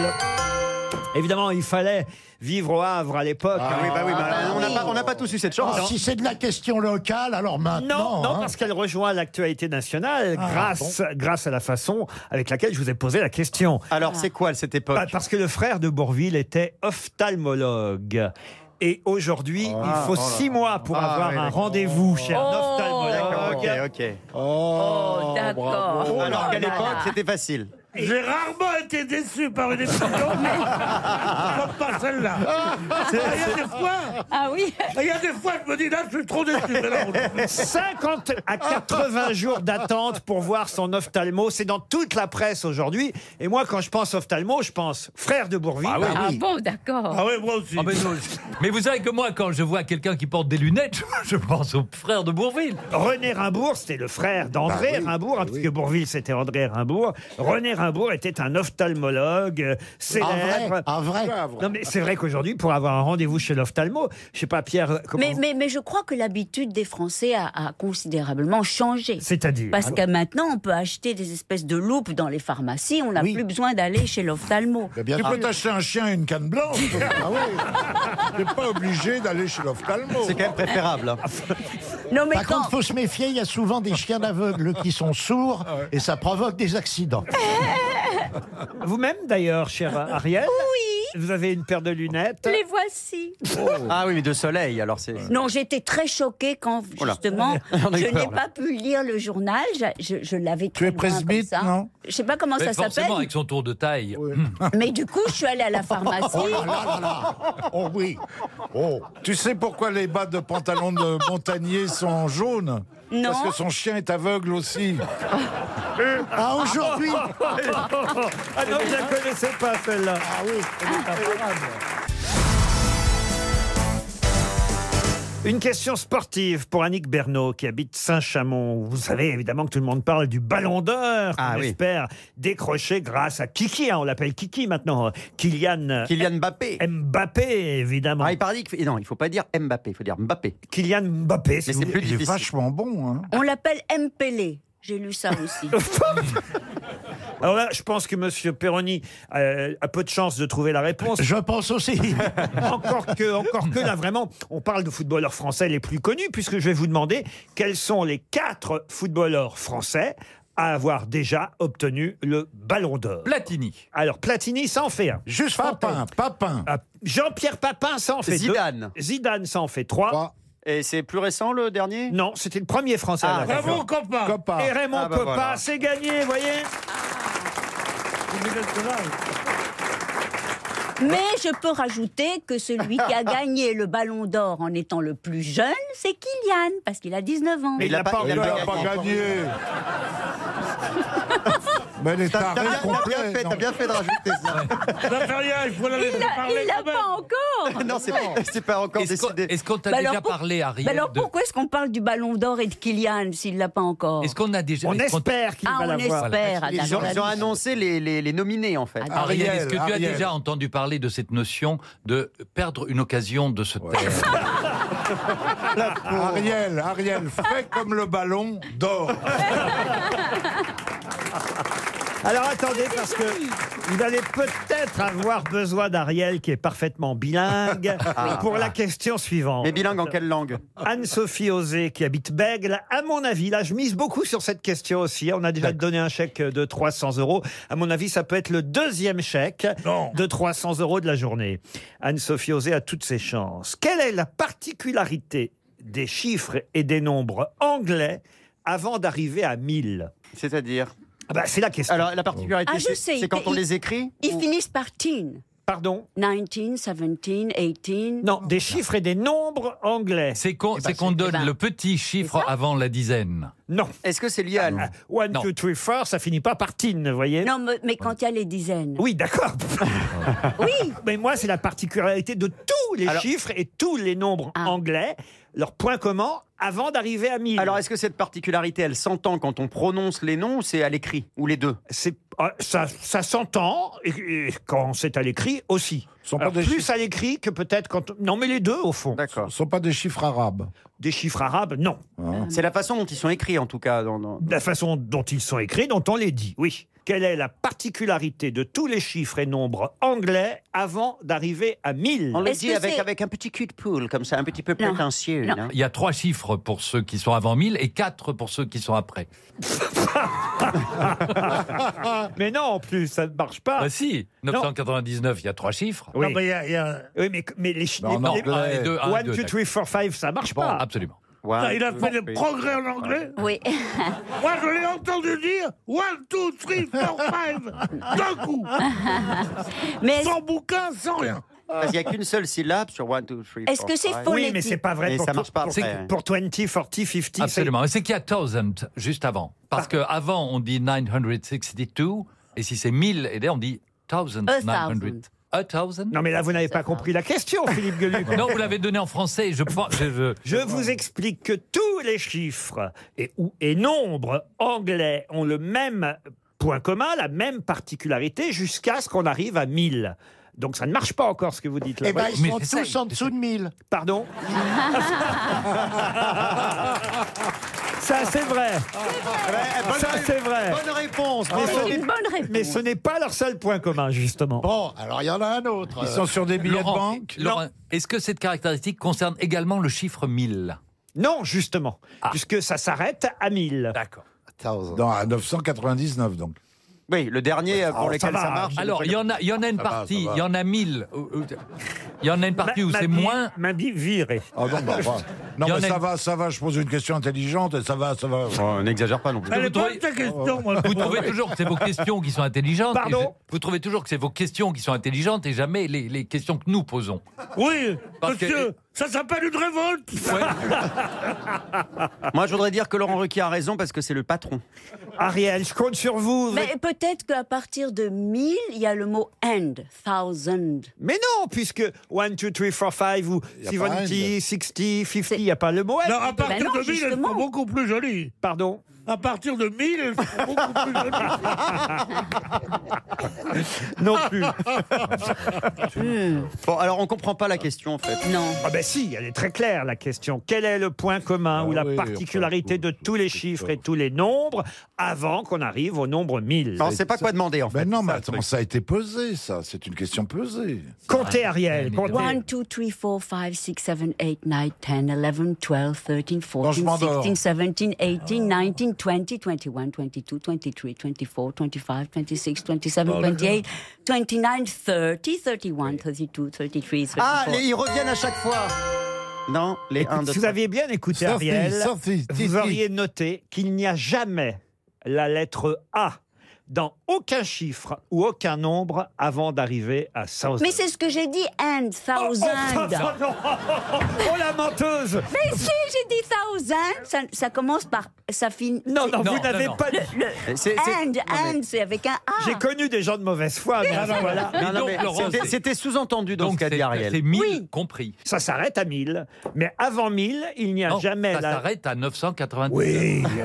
Évidemment, il fallait vivre au Havre à l'époque. Ah oui, bah oui, bah, on n'a pas, on n'a pas tous eu cette chance. Ah, si c'est de la question locale, alors maintenant. Non, non, hein. parce qu'elle rejoint l'actualité nationale Ah, grâce, grâce à la façon avec laquelle je vous ai posé la question. Alors c'est quoi cette époque Bah, parce que le frère de Bourville était ophtalmologue. Et aujourd'hui, il faut six mois pour Oh Ah, avoir oui, un d'accord. rendez-vous chez un Oh, ophtalmologue. D'accord, ok, ok. Oh, d'accord. bravo. Oh Alors là qu'à là l'époque, là. c'était facile. J'ai rarement été déçu par une émission comme par celle-là. C'est- Il y a des fois, ah oui. Il y a des fois, je me dis là, je suis trop déçu. mais là, on- 50 à 80 jours d'attente pour voir son ophtalmo. C'est dans toute la presse aujourd'hui. Et moi, quand je pense ophtalmo, je pense frère de Bourville. Ah oui. Ah bon, d'accord. oui, moi aussi. mais, nous aussi. Mais vous savez que moi, quand je vois quelqu'un qui porte des lunettes, je pense au frère de Bourville. René Rimbourg, c'était le frère d'André Bah oui, Rimbourg, hein, puisque Bourville c'était André Rimbourg. René Rimbourg était un ophtalmologue euh, célèbre. Un vrai, Ah, un vrai. Non mais c'est vrai qu'aujourd'hui, pour avoir un rendez-vous chez l'ophtalmo, je sais pas Pierre, euh, comment Mais, mais, mais je crois que l'habitude des Français a, a considérablement changé. C'est-à-dire Parce que maintenant, on peut acheter des espèces de loupes dans les pharmacies, on n'a plus besoin d'aller chez l'ophtalmo. Tu peux t'acheter un chien et une canne blanche. ah ouais. T'es pas obligé d'aller chez l'ophtalmo. C'est quand même préférable. hein. Non, mais Par contre, faut se méfier, il y a souvent des chiens aveugles qui sont sourds Ah et ça provoque des accidents. Vous-même d'ailleurs, cher Ariel Oui. Vous avez une paire de lunettes. Les voici. Ah oui, mais de soleil, alors c'est. Non, j'étais très choquée quand, Oh là. justement, On a eu je n'ai peur, là. pas pu lire le journal. Je- Je, je l'avais Tu es presbyte, non Je sais pas comment Mais Ah, ça forcément, s'appelle. avec son tour de taille. Mais du coup, je suis allée à la pharmacie. Oh là là là là. Oh oui. Oh. Tu sais pourquoi les bas de pantalon de Montagnier sont jaunes Non. Parce que son chien est aveugle aussi. Ah, aujourd'hui Ah non, je la connaissais pas celle-là. Ah oui, Une question sportive pour Annick Bernot qui habite Saint-Chamond. Vous savez évidemment que tout le monde parle du ballon d'or qu'on Ah espère décrocher grâce à Kiki. hein, on l'appelle Kiki maintenant. Kylian, Kylian Mbappé. Mbappé, évidemment. il paraît qu'il faut- Non, il faut pas dire Mbappé, il faut dire Mbappé. Kylian Mbappé, Mais c'est plus Il est difficile. vachement bon. Hein. On l'appelle MPL. J'ai lu ça aussi. Alors là, je pense que Monsieur Perroni euh, a peu de chances de trouver la réponse. Je pense aussi. encore que, encore que là, vraiment, on parle de footballeurs français les plus connus, puisque je vais vous demander quels sont les quatre footballeurs français à avoir déjà obtenu le Ballon d'Or. Platini. Alors Platini, ça en fait un. Ah, Juste Papin, Papin. Jean-Pierre Papin, ça en fait deux. Zidane. Zidane, ça en fait trois. Et c'est plus récent le dernier Non, c'était le premier français. à Ah, l'avoir. bravo, Copa. Copa. Et Raymond Ah, bah Copa, voilà. c'est gagné, vous voyez Ah. Mais je peux rajouter que celui qui a gagné le ballon d'or en étant le plus jeune, c'est Kylian, parce qu'il a 19 ans. Mais il n'a pas, il a pas gagné. Mais elle est tarée complète, non. fait de rajouter ça. il faut la laisser parler. Ah, l'a pas encore Non, c'est c'est pas encore décidé. Est-ce qu'on t'a Bah déjà alors pour- parlé, Ariel bah alors de- pourquoi est-ce qu'on parle du ballon d'or et de Kylian s'il l'a pas encore Est-ce qu'on a déjà. On espère qu'il Ah, va on l'avoir. espère, Ils d'accord. ont, ils ont annoncé les, les- les nominés, en fait. Ah, Ariel, est-ce que tu as déjà entendu parler de cette notion de perdre une occasion de se taire Ariel, Ariel, fais comme le ballon d'or. Alors attendez, parce que vous allez peut-être avoir besoin d'Ariel qui est parfaitement bilingue Ah. pour la question suivante. Mais bilingue en quelle langue Anne-Sophie Osé qui habite Bègle. À mon avis, là, je mise beaucoup sur cette question aussi. hein, On a déjà donné un chèque de 300 euros. À mon avis, ça peut être le deuxième chèque de 300 euros de la journée. Anne-Sophie Osé a toutes ses chances. Quelle est la particularité des chiffres et des nombres anglais avant d'arriver à 1000 C'est-à-dire Ah bah, C'est la question. Alors, la particularité, Ah, je sais. c'est quand il- on il- les écrit Ils finissent par teen. Pardon 19, 17, 18. Non, des chiffres et des nombres anglais. C'est qu'on ben, c'est qu'on c'est- donne eh ben, le petit chiffre avant la dizaine. Non. Ah, Est-ce que c'est lié Ah, à... One, two, three, four, ça finit pas par tin, vous voyez Non, mais, mais quand il y a les dizaines. Oui, d'accord. oui. Mais moi, c'est la particularité de tous les chiffres et tous les nombres anglais. Leur point commun avant d'arriver à 1000. Alors, est-ce que cette particularité, elle s'entend quand on prononce les noms ou c'est à l'écrit Ou les deux C'est ah, ça, ça s'entend et, et quand c'est à l'écrit aussi. Alors, pas des plus chiffres- à l'écrit que peut-être quand on- non mais les deux au fond. Ce ne sont pas des chiffres arabes. Des chiffres arabes, non. Ah, C'est la façon dont ils sont écrits, en tout cas. Dans, dans- La façon dont ils sont écrits, dont on les dit, oui. Quelle est la particularité de tous les chiffres et nombres anglais avant d'arriver à 1000 On les dit avec, avec un petit cul de poule, comme ça, un petit peu prétentieux. hein. non Il y a trois chiffres pour ceux qui sont avant 1000 et quatre pour ceux qui sont après. Mais non, en plus, ça ne marche pas. Bah si, 999, il y a trois chiffres. Oui. mais, oui mais, mais les Non, non, les- Bah, un et deux, un et One, deux, two, d'accord. three, four, five, ça marche Bon, pas. absolument. Ah, Il a fait des progrès en anglais Oui. Moi, je l'ai entendu dire one, two, three, four, five, d'un coup. Mais sans bouquin, sans rien. Parce qu'il n'y a qu'une seule syllabe sur 1, 2, 3. Est-ce que c'est Oui, mais c'est pas vrai Et pour, ça tout- marche pas pour, après. pour 20, 40, 50. Absolument. Et c'est qu'il y a 1000 juste avant. Parce qu'avant, on dit 962. Et si c'est 1000, et là, on dit 1900. A thousand Non, mais là, vous n'avez pas compris la question, Philippe Gueluc. Non, vous l'avez donné en français. Je pense. Je, je- Je vous explique que tous les chiffres et, ou- et nombres anglais ont le même point commun, la même particularité, jusqu'à ce qu'on arrive à 1000. Donc ça ne marche pas encore ce que vous dites là. Eh ben, ils sont tous en dessous de 1000. Pardon Ça, c'est vrai. Ça, c'est vrai. Bonne réponse. Mais ce n'est- Mais ce n'est pas leur seul point commun, justement. Bon, alors il y en a un autre. Laurent, Laurent, Est-ce que cette caractéristique concerne également le chiffre 1000 Non, justement. Ah. Puisque ça s'arrête à 1000. D'accord. Dans, à 999, donc. Oui, le dernier euh, pour lequel ça marche. Alors, il y en a, il y en a une Ça va, ça partie, va. il y en a 1000. où- où- Il y en a une partie où Ma- ma c'est vie- moins. M'a dit viré. Ah non, bah, bah. non Il y en mais a ça une- va, ça va, je pose une question intelligente et ça va, ça va. on Oh, n'exagère pas non plus. Vous trouvez- Vous trouvez toujours que c'est vos questions qui sont intelligentes. et Pardon je- Vous trouvez toujours que c'est vos questions qui sont intelligentes et jamais les, les questions que nous posons. Oui, Parce que- monsieur, ça s'appelle une révolte. Moi, je voudrais dire que Laurent Ruquier a raison parce que c'est le patron. Ariel, je compte sur vous. Mais peut-être qu'à partir de 1000, il y a le mot and, thousand. Mais non, puisque 1, 2, 3, 4, 5 ou Y a pas 70, 60, 50, il n'y a pas le mot. Non, à Ben partir de 1000, elles sont mot. beaucoup plus jolies. Pardon À partir de 1000, elles sont beaucoup plus Non plus. Bon, alors on comprend pas la question en fait. Non. Ah ben si, elle est très claire la question. Quel est le point commun Ah ou la particularité de tous les chiffres et tous les nombres avant qu'on arrive au nombre 1000 On sait pas quoi demander en Ben fait. non, mais attends, ça a été pesé, ça. C'est une question pesée. Comptez, Ariel, 1, 2, 3, 4, 5, 6, 7, 8, 9, 10, 11, 12, 13, 14, m'endors. 16, 17, 18, 19, 20, 21, 22, 23, 24, 25, 26, 27, Oh là là. 28, 29, 30, 31, 32, 33, 34. Ah, les- ils reviennent à chaque fois. Non, les 1, 2, si vous aviez bien écouté Sophie, Ariel, Sophie, vous Titi. auriez noté qu'il n'y a jamais la lettre A dans aucun chiffre ou aucun nombre avant d'arriver à 100. Mais c'est ce que j'ai dit, and, thousand. oh, oh, oh la menteuse Mais si, j'ai dit thousand, ça, ça commence par, ça finit. Non, non, vous n'avez pas dit. And, and, c'est avec un A. J'ai connu des gens de mauvaise foi, mais Non, non, voilà. mais- Non, non, mais c'était- c'était sous-entendu dans Donc, ce qu'a c'est- dit Ariel. c'est 1000 compris. Ça s'arrête à 1000, mais avant 1000, il Ah, n'y a Non, jamais ça la. s'arrête à 990. Oui. Ah, mais-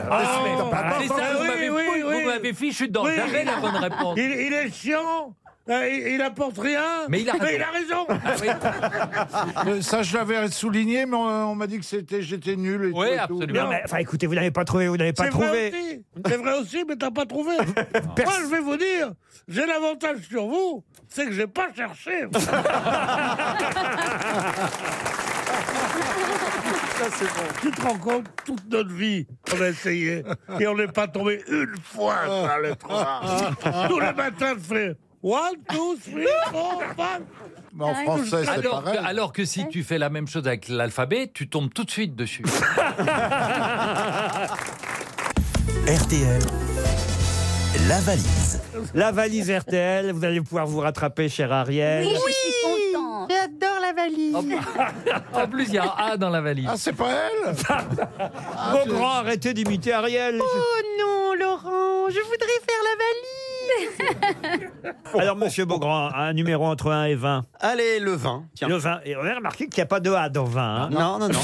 Ah, mais ça, bah vous oui, m'avez oui, foutu, oui. vous m'avez fichu dedans. Oui. J'avais la bonne réponse. Il, il est chiant, euh, il, il apporte rien, Mais il a raison. raison. Euh, ça, je l'avais souligné, mais on, on m'a dit que c'était, j'étais nul. Et tout et tout. Non, mais, enfin, écoutez, vous n'avez pas trouvé, vous n'avez pas C'est vrai trouvé. aussi, c'est vrai aussi, mais t'as pas trouvé. Moi, je vais vous dire, j'ai l'avantage sur vous, c'est que j'ai pas cherché. Tu te rends compte, toute notre vie, on a essayé et on n'est pas tombé une fois sur la lettre A. Tous les matins, je fais one, two, three, four, five. Mais en français, c'est alors, pareil. que- alors que si tu fais la même chose avec l'alphabet, tu tombes tout de suite dessus. RTL, la valise. La valise RTL, vous allez pouvoir vous rattraper, cher Ariel. suis contente. J'adore la valise. En plus, il y a un A dans la valise. Ah, c'est pas elle Bon grand, arrêtez d'imiter Ariel. Oh non, Laurent, je voudrais faire la valise. Alors, monsieur Beaugrand, un numéro entre 1 et 20. Allez, le 20. Le 20. Et on a remarqué qu'il n'y a pas de A dans 20. hein. Non, non, non.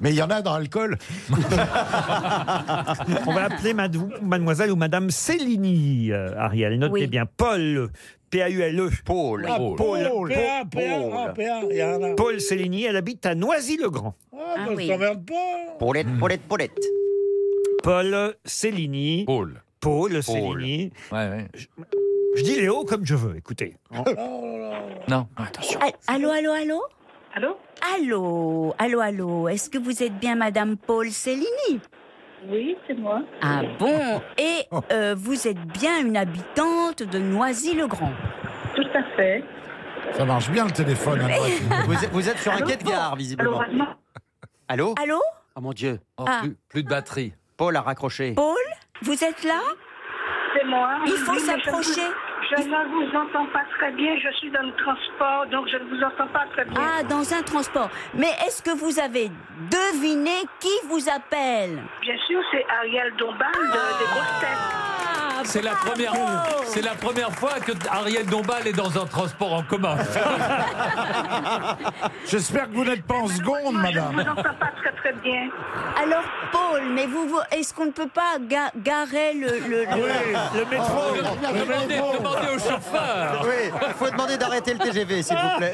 Mais il y en a dans l'alcool. On va appeler madou- mademoiselle ou madame Céline, euh, Ariel. Notez Oui. bien. Paul, P-A-U-L-E. Paul. Ah, Paul. Paul. PA, PA, ah, PA, il y en a. Paul Céline, elle habite à Noisy-le-Grand. Ah, bah, je t'emmerde pas. Paulette, Paulette, Paulette. Paul Céline. Paul. Paul Céline. Ouais, ouais. Je dis Léo comme je veux, écoutez. Non. Al- Allô, allô, allô Allô Allô, allô, allô. Est-ce que vous êtes bien Madame Paul Cellini Oui, c'est moi. Ah bon Et euh, vous êtes bien une habitante de Noisy-le-Grand Tout à fait. Ça marche bien le téléphone. hein, moi. Vous êtes, vous êtes sur un quai de gare, visiblement. Alors, maintenant, Allô Allô Oh mon Dieu. Oh, Ah. plus- de batterie. Paul a raccroché. Paul, vous êtes là C'est moi. Il faut Oui, mais je s'approcher. vous- Je ne vous entends pas très bien. Je suis dans le transport, donc je ne vous entends pas très bien. Ah, dans un transport. Mais est-ce que vous avez deviné qui vous appelle Bien sûr, c'est Ariel Dombal Ah. de- des grosses têtes. C'est la première, c'est la première fois que Ariel Dombal est dans un transport en commun. J'espère que vous n'êtes pas en Oh, seconde, madame. Très très bien. Alors Paul, mais vous, vous- est-ce qu'on ne peut pas ga- garer le le, le- le métro. Ah demandez, Oh, demandez au chauffeur. Oui, faut demander d'arrêter le TGV, s'il vous plaît.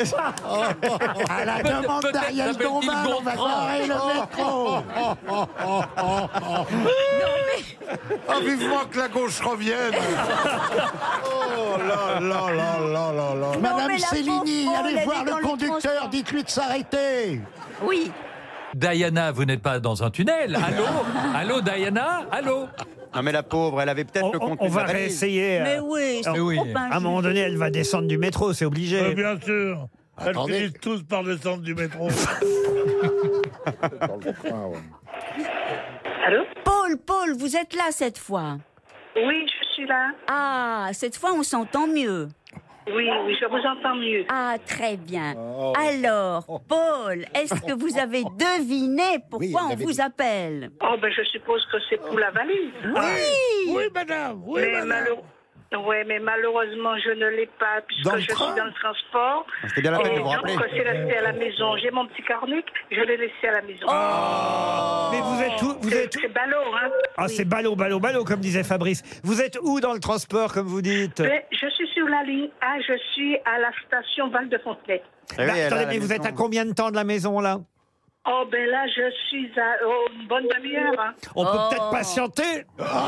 À la demande d'Ariel Dombal, on va garer le métro. Ah, vivement que la gauche revienne Oh là là là là là là Madame mais la Cellini, pauvre, elle allez est voir dans le les conducteur, dites-lui de s'arrêter. Oui. Diana, vous n'êtes pas dans un tunnel. Allô Allô, Diana Allô Non Ah, mais la pauvre, elle avait peut-être le On, contenu on de va la valise. réessayer. euh, c'est alors, trop À un moment donné, elle va descendre du métro, c'est obligé. Euh, bien sûr. Elles Attendez. finissent tous par descendre du métro. Paul, Paul, vous êtes là cette fois Oui, je suis là. Ah, cette fois on s'entend mieux. Oui, oui, je vous entends mieux. Ah, très bien. Alors, Paul, est-ce que vous avez deviné pourquoi on vous appelle Oh, ben je suppose que c'est pour la valise. Hein? Oui Oui, madame. Oui, mais madame. malheure- Ouais, mais malheureusement, je ne l'ai pas puisque Dans le je train suis dans le transport. Ah, c'était bien la peine Et de vous donc, rappeler. c'est resté à la maison. J'ai mon petit carnic, je l'ai laissé à la maison. Mais vous êtes où Vous êtes C'est ballot, hein Ah, c'est ballot, ballot, ballot, comme disait Fabrice. Vous êtes où dans le transport, comme vous dites Mais je suis sur la ligne A, je suis à la station Val-de-Fontenay. Eh Bah, Attendez, mais vous êtes à combien de temps de la maison, là Oh, ben là, je suis à oh, une bonne demi-heure. hein. On peut peut-être patienter Ah,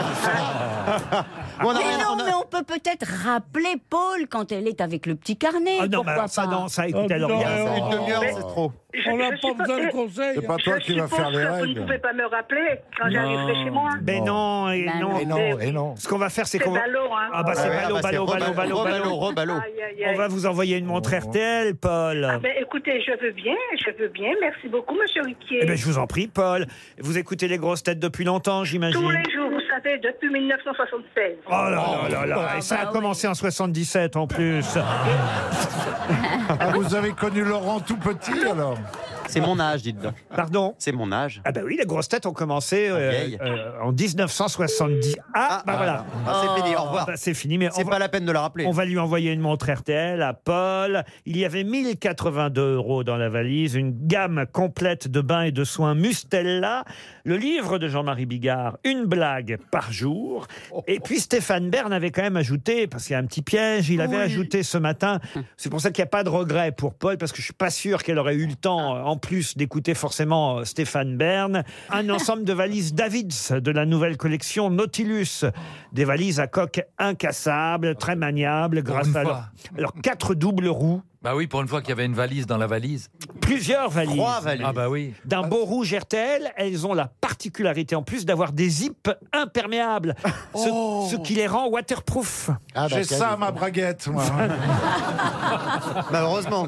mais non, mais on peut peut-être rappeler Paul quand elle est avec le petit carnet. Ah non, pourquoi mais alors ça, pas non, ça, Oh, écoutez, alors, il y a- Une demi-heure, Mais- c'est Oh, trop. Je- On n'a je pas suppose besoin de que- conseils, C'est pas hein. toi je qui vas suppose faire les que Vous règles. ne pouvez pas me rappeler quand j'arriverai chez moi. Mais Ben non, et non, Et non, et non. Ce qu'on va faire, c'est C'est qu'on va. ballot, hein. Ah bah c'est Ouais, ballot, ah bah, c'est ballot, ballot, reballot, ballot, reballot, ballot. reballot. Aïe, aïe, On aïe. va vous envoyer une montre RTL, Ah Paul. ben, écoutez, je veux bien, je veux bien. Merci beaucoup, Monsieur Riquier. Eh ben, je vous en prie, Paul. Vous écoutez les grosses têtes depuis longtemps, j'imagine. Tous les jours, vous savez, depuis 1976. Oh là là là là. Et ça a commencé en 77 en plus. Ah, vous avez connu Laurent tout petit, alors C'est mon âge, dites donc. Pardon C'est mon âge. Ah ben oui, les grosses têtes ont commencé euh, vieille. euh, en 1970. Ah, bah voilà. Ah, c'est fini, au revoir. Bah, c'est fini, mais C'est pas la peine de le rappeler. On va lui envoyer une montre RTL à Paul. Il y avait 1082 euros dans la valise, une gamme complète de bains et de soins Mustella, le livre de Jean-Marie Bigard, une blague par jour. Oh. Et puis Stéphane Bern avait quand même ajouté, parce qu'il y a un petit piège, il avait Oui. ajouté ce matin, c'est pour ça qu'il n'y a pas de regret pour Paul, parce que je suis pas sûr qu'elle aurait eu le temps, euh, en plus d'écouter forcément euh, Stéphane Bern, un ensemble de valises Davids de la nouvelle collection Nautilus, des valises à coque incassable, très maniable, grâce une à fois. leur- leurs quatre doubles roues. Bah oui, pour une fois qu'il y avait une valise dans la valise. Plusieurs valises. Ah bah oui. D'un beau rouge RTL, elles ont la particularité en plus d'avoir des zips imperméables, ce, Oh. ce qui les rend waterproof. J'ai ça à ma braguette, moi. bah. Bah, Malheureusement.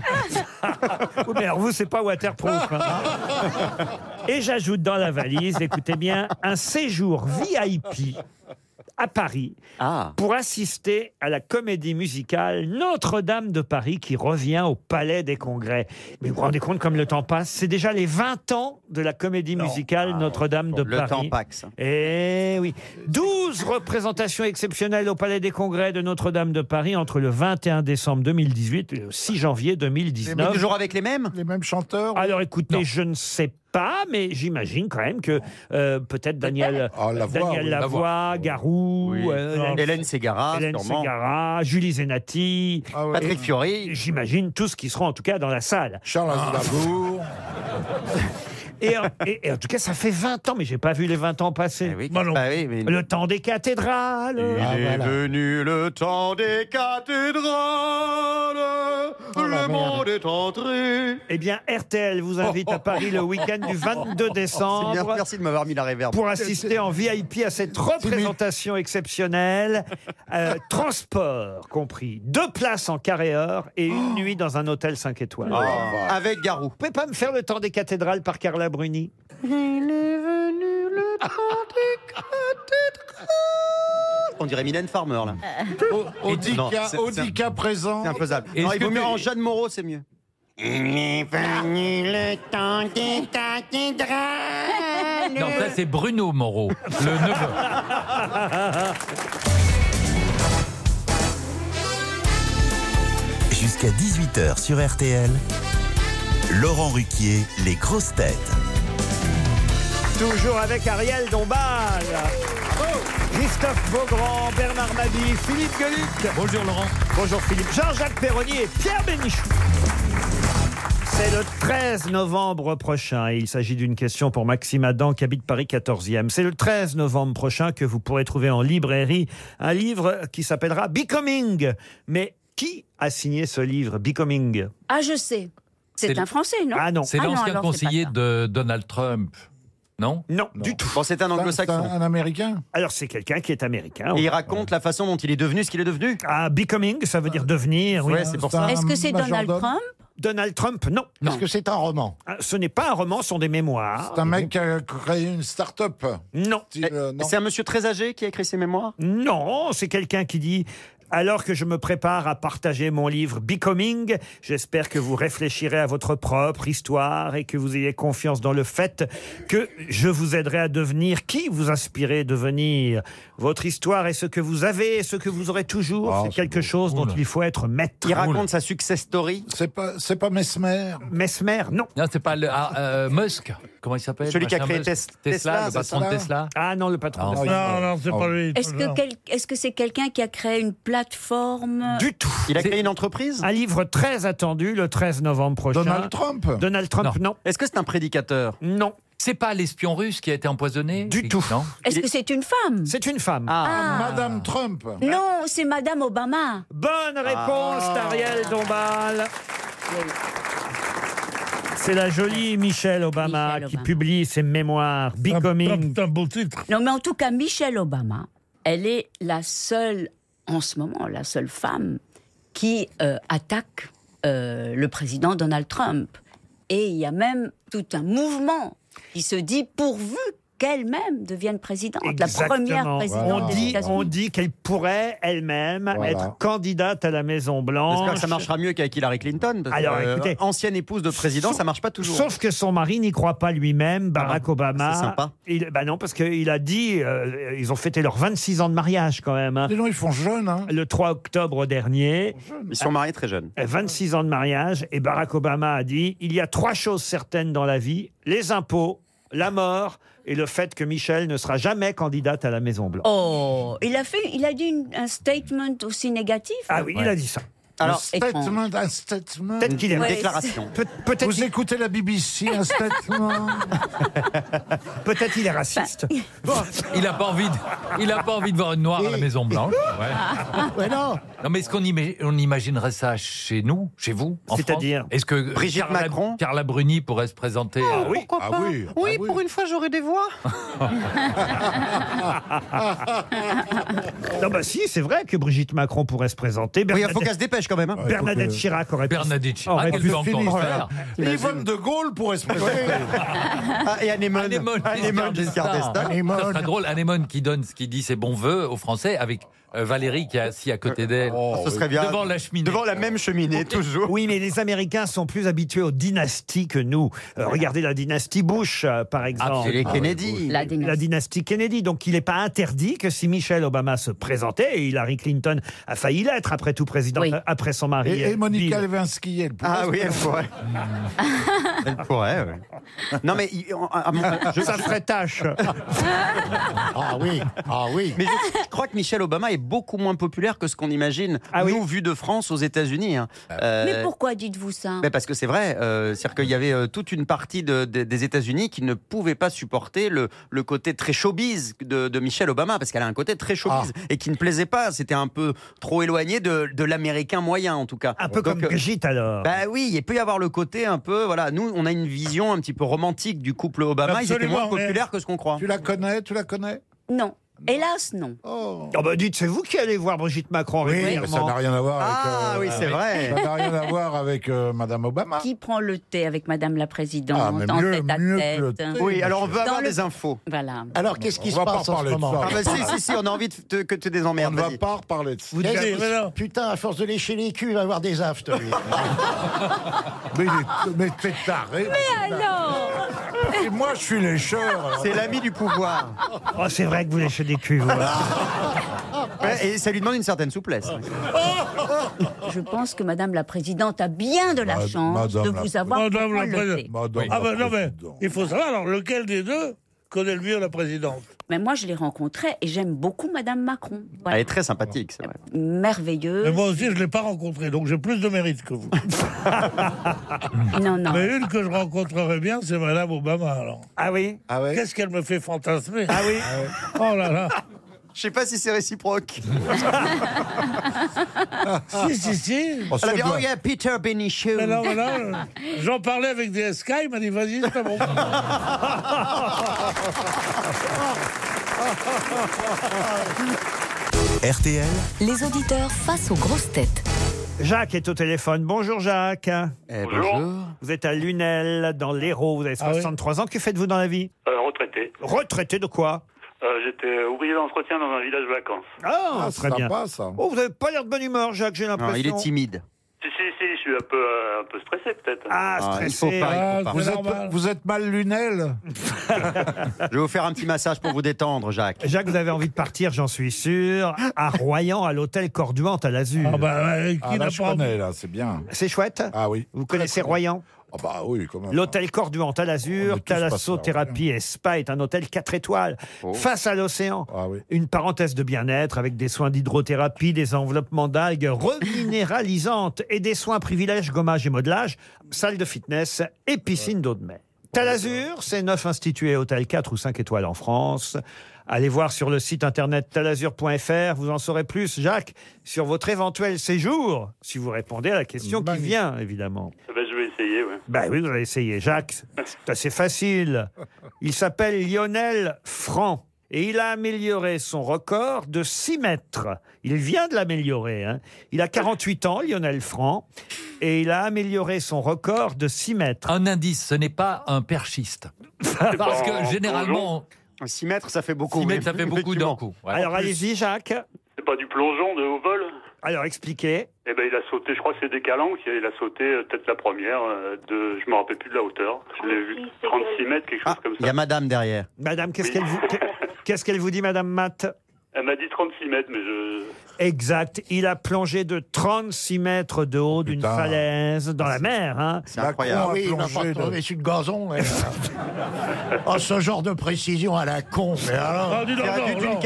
mais alors vous, c'est pas waterproof. hein. Et j'ajoute dans la valise, écoutez bien, un séjour VIP à Paris Ah, pour assister à la comédie musicale Notre-Dame de Paris qui revient au Palais des Congrès. Mais vous vous rendez compte comme le temps passe C'est déjà les 20 ans de la comédie musicale Notre-Dame de Ah, Le Paris. temps paxe. Eh oui. 12 représentations exceptionnelles au Palais des Congrès de Notre-Dame de Paris entre le 21 décembre 2018 et le 6 janvier 2019. Mais toujours avec les mêmes Les mêmes chanteurs Alors écoutez, je ne sais pas, mais j'imagine quand même que euh, peut-être Daniel, la voix, Daniel oui. La Lavoie, voix. Garou, Oui. Hélène Ségara, euh, Hélène sûrement. Ségara, Julie Zenati, Ah Patrick Fiori. J'imagine tous qui seront en tout cas dans la salle. Charles Aznavour. Et, en- et- et en tout cas, ça fait 20 ans, mais j'ai pas vu les 20 ans passer. Moi non. Bah oui, mais- Le temps des cathédrales. Il est venu le temps des cathédrales, le monde est entré. Eh bien, RTL vous invite à Paris le week-end du 22 décembre. C'est bien, merci de m'avoir mis la réverbe. pour assister en VIP à cette représentation exceptionnelle. Euh, transport compris. Deux places en carré heure et une nuit dans un hôtel 5 étoiles. Ah, Avec Garou. Vous pouvez pas me faire le temps des cathédrales par Carla Bruni Il est venu le temps du côté On dirait Mylène Farmer, là. Euh, Audica- Audica présent. C'est imposable. Est-ce Non, il que vaut mieux t'es- en Jeanne Moreau, c'est mieux. Il est venu le temps des cathédrales. Non, ça c'est Bruno Moreau, le neveu. Jusqu'à 18h sur RTL, Laurent Ruquier, les grosses têtes. Toujours avec Ariel Dombal. Christophe Beaugrand, Bernard Mabie, Philippe Gueluc. Bonjour Laurent. Bonjour Philippe. Jean-Jacques Perroni et Pierre Bénichou. C'est le 13 novembre prochain et il s'agit d'une question pour Maxime Adam qui habite Paris 14e. C'est le 13 novembre prochain que vous pourrez trouver en librairie un livre qui s'appellera Becoming. Mais qui a signé ce livre, Becoming Ah, je sais. C'est C'est- un Français, non Ah non. C'est non, l'ancien alors c'est pas conseiller ça. de Donald Trump, non Non, du tout. Bon, c'est un anglo-saxon. américain Alors c'est quelqu'un qui est américain. Et oui. il raconte la façon dont il est devenu ce qu'il est devenu. Ah, becoming, ça veut dire devenir. oui. Ouais, c'est pour ça. Est-ce que c'est Donald Trump Donald Trump, non. Ah, Est-ce que c'est un roman Ce n'est pas un roman, ce sont des mémoires. C'est un mec qui a créé une start-up. euh, Non. non. Eh, Euh, C'est un monsieur très âgé qui a écrit ses mémoires Non, c'est quelqu'un qui dit alors que je me prépare à partager mon livre Becoming, j'espère que vous réfléchirez à votre propre histoire et que vous ayez confiance dans le fait que je vous aiderai à devenir qui vous inspirez à devenir. Votre histoire et ce que vous avez et ce que vous aurez toujours, c'est quelque chose dont il faut être maître. Il raconte sa success story. C'est pas, c'est pas Mesmer. Mesmer, non. Non, c'est pas le, ah, euh, Musk. Comment il s'appelle Celui qui a machin créé Musk Tes- Tesla, Tesla, le c'est patron ça de Tesla. Ah non, le patron de Tesla. Non, non, c'est pas lui. Est-ce que quel- est-ce que c'est quelqu'un qui a créé une plateforme Du tout. Il a créé une entreprise Un livre très attendu le 13 novembre prochain. Donald Trump Donald Trump, non. Est-ce que c'est un prédicateur Non. C'est pas l'espion russe qui a été empoisonné Du tout. Non. Est-ce que c'est une femme C'est une femme. Ah. Madame Trump. Non, c'est Madame Obama. Bonne réponse Ah. d'Ariel Dombal. C'est la jolie Michelle Obama qui publie ses mémoires Becoming. Non, mais en tout cas, Michelle Obama, elle est la seule, en ce moment, la seule femme qui euh, attaque euh, le président Donald Trump. Et il y a même tout un mouvement qui se dit pourvu qu'elle-même devienne présidente, la première Exactement. présidente On des dit, États-Unis. on dit qu'elle pourrait elle-même Voilà. être candidate à la Maison J'espère Blanche. que ça marchera mieux qu'avec Hillary Clinton. parce que, Alors, euh, écoutez, ancienne épouse de président, sauf- ça marche pas toujours. Ah. Sauf que son mari n'y croit pas lui-même, Barack Obama. c'est sympa. Il, bah non, parce qu'il a dit, euh, ils ont fêté leurs 26 ans de mariage quand même. hein. ils font jeunes. Le 3 octobre dernier. Ils sont mariés très jeunes. Euh, 26 ans de mariage, et Barack Obama a dit il y a trois choses certaines dans la vie, les impôts, la mort et le fait que Michel ne sera jamais candidate à la Maison-Blanche. Oh, il a fait, il a dit une- un statement aussi négatif. Ah oui, il a dit ça. Alors, un statement, un statement. Peut-être qu'il est- Une Ouais, déclaration. c'est- peut-être Vous écoutez la BBC, un statement. Peut-être il est raciste. Il a pas envie de, il a pas envie de voir une noire à la Maison Blanche. Ouais. non. mais est-ce qu'on ima- on imaginerait ça chez nous, chez vous, en C'est-à-dire France Est-ce que euh, Brigitte Carla, Macron Carla Bruni pourrait se présenter à- Pourquoi Ah pas Ah oui. pour une fois, j'aurai des voix. Non, bah si, c'est vrai que Brigitte Macron pourrait se présenter. Oui, il faut qu'elle se dépêche quand même. hein. Bernadette Chirac aurait pu. Bernadette Chirac, aurait elle pu peut encore finir. faire. Et Yvonne de Gaulle pourrait se présenter. Ah, et Anémone. Anémone, Anémone Giscard d'Estaing. Ça serait drôle, Anémone qui donne ce qui dit ses bons voeux aux Français avec euh, Valérie qui est assise à Euh, côté d'elle. Ah, Ce serait bien. Devant la cheminée. Devant la même cheminée, toujours. Oui, mais les Américains sont plus habitués aux dynasties que nous. Euh, regardez la dynastie Bush, euh, par exemple. c'est les Kennedy. La dynastie. la dynastie Kennedy. Donc il n'est pas interdit que si Michelle Obama se présentait, et Hillary Clinton a failli l'être après tout président, euh, après son mari. Et, et euh, Monica Bill. Lewinsky, elle pourrait Ah se oui, elle présenter. pourrait. elle pourrait, oui. Non, mais il- on- à mon- je, Ça ferait tâche. Ah oui, ah oui. mais je, je crois que Michelle Obama est beaucoup moins populaire que ce qu'on imagine, nous, vu de France aux États-Unis. hein. Euh, Mais pourquoi dites-vous ça Mais Ben, parce que c'est vrai, euh, c'est-à-dire qu'il y avait euh, toute une partie de- de- des États-Unis qui ne pouvaient pas supporter le, le côté très showbiz de, de Michelle Obama, parce qu'elle a un côté très showbiz et qui ne plaisait pas. C'était un peu trop éloigné de, de l'américain moyen, en tout cas. Un peu Donc, comme euh, Brigitte alors. bah oui, il peut y avoir le côté un peu, voilà, nous, on a une vision un petit peu romantique du couple Obama. Ils étaient Absolument, moins populaires mais- que ce qu'on croit. Tu la connais Tu la connais Non. Hélas, non. Ah bah dites, c'est vous qui allez voir Brigitte Macron Oui, mais régulièrement. ça n'a rien à voir avec. Ah euh, oui, c'est vrai. Ça n'a rien à voir avec euh, Madame Obama. Qui prend le thé avec Madame la Présidente Ah, mais en mieux- tête à mieux tête que le thé, Oui, alors on veut Dans avoir le- des infos. Voilà. Alors, qu'est-ce qui On se va pas passe en ce parler de moment ça. Ah bah, si, si, si, on a envie de te- que tu des emmerdes. On ne va pas reparler de ça. Qu'est-ce que- Putain, à force de lécher les culs, il va avoir des aftes. lui. Mais, mais t'es taré. Mais alors Et moi, je suis lécheur. C'est l'ami du pouvoir. Oh, c'est vrai que vous léchez des culs, vous. Ouais, et ça lui demande une certaine souplesse. Je pense que Madame la Présidente a bien de la Mad- chance Madame de la vous Présidente. avoir Madame la pris le thé. présidente. ah ben non, mais il faut savoir, alors, lequel des deux connaît le mieux la présidente Mais moi, je l'ai rencontrée et j'aime beaucoup Madame Macron. Voilà. Elle est très sympathique, c'est vrai. Merveilleuse. Mais moi aussi, je ne l'ai pas rencontrée, donc j'ai plus de mérite que vous. non, non. Mais une que je rencontrerai bien, c'est Madame Obama, alors. Ah oui ah Qu'est-ce qu'elle me fait fantasmer Ah oui Oh là là Je sais pas si c'est réciproque. Si, si, si Oh, Elle a dit, oh yeah, Peter Benichou. Mais non, mais non, J'en parlais avec des SK, il m'a dit vas-y, c'est pas bon. RTL. Les auditeurs face aux grosses têtes. Jacques est au téléphone. Bonjour Jacques. Eh, Bonjour. Vous êtes à Lunel, dans l'Hérault. Vous avez 63 ans. Que faites-vous dans la vie Euh, retraité. Retraité de quoi Euh, J'étais ouvrier d'entretien dans un village vacances. Ah, Ah, très sympa, bien. ça. hein. Oh, vous n'avez pas l'air de bonne humeur, Jacques, j'ai l'impression. Si, si, si, je suis un peu, euh, un peu stressé peut-être. Ah, hein. Vous, êtes, vous êtes mal lunel Je vais vous faire un petit massage pour vous détendre, Jacques. Jacques, vous avez envie de partir, j'en suis sûr, à Royan, à l'hôtel Corduante, à l'Azur. Ah ah, là, je connais, là, c'est bien. C'est chouette Ah oui. Vous connaissez Royan Ah bah oui, quand même. L'hôtel Corduante à l'Azur, Thalassothérapie et Spa est un hôtel 4 étoiles, face à l'océan. Une parenthèse de bien-être avec des soins d'hydrothérapie, des enveloppements d'algues reminéralisantes et des soins privilèges, gommage et modelage, salle de fitness et piscine d'eau de mer. Talazur, c'est neuf institué hôtel 4 ou 5 étoiles en France. Allez voir sur le site internet talazur.fr, vous en saurez plus, Jacques, sur votre éventuel séjour, si vous répondez à la question qui vient, évidemment. Eh ben, je vais essayer, ouais. Ben oui, vous allez essayer, Jacques. C'est assez facile. Il s'appelle Lionel Franc. Et il a amélioré son record de 6 mètres. Il vient de l'améliorer. hein. Il a 48 ans, Lionel Franc. Et il a amélioré son record de 6 mètres. Un indice, ce n'est pas un perchiste. Parce que généralement. 6 mètres, ça fait beaucoup. 6 mètres, mais- ça fait beaucoup d'un effectivement. coup. Alors allez-y, Jacques. C'est pas du plongeon de haut vol Alors expliquez. Eh ben, il a sauté, je crois que c'est des calanques, il a sauté euh, peut-être la première, euh, de, je me rappelle plus de la hauteur. Je l'ai vu 36 mètres, quelque chose comme ça. Ah, Il y a madame derrière. Madame, qu'est-ce qu'elle vous, qu'est-ce qu'elle vous dit, Madame Matt Elle m'a dit 36 mètres, mais je. Exact. Il a plongé de 36 mètres de haut d'une falaise dans la mer. hein. Ah oui, il m'a pas trouvé sur le gazon. ouais. oh, ce genre de précision à la con. Mais alors... Ah, dis donc,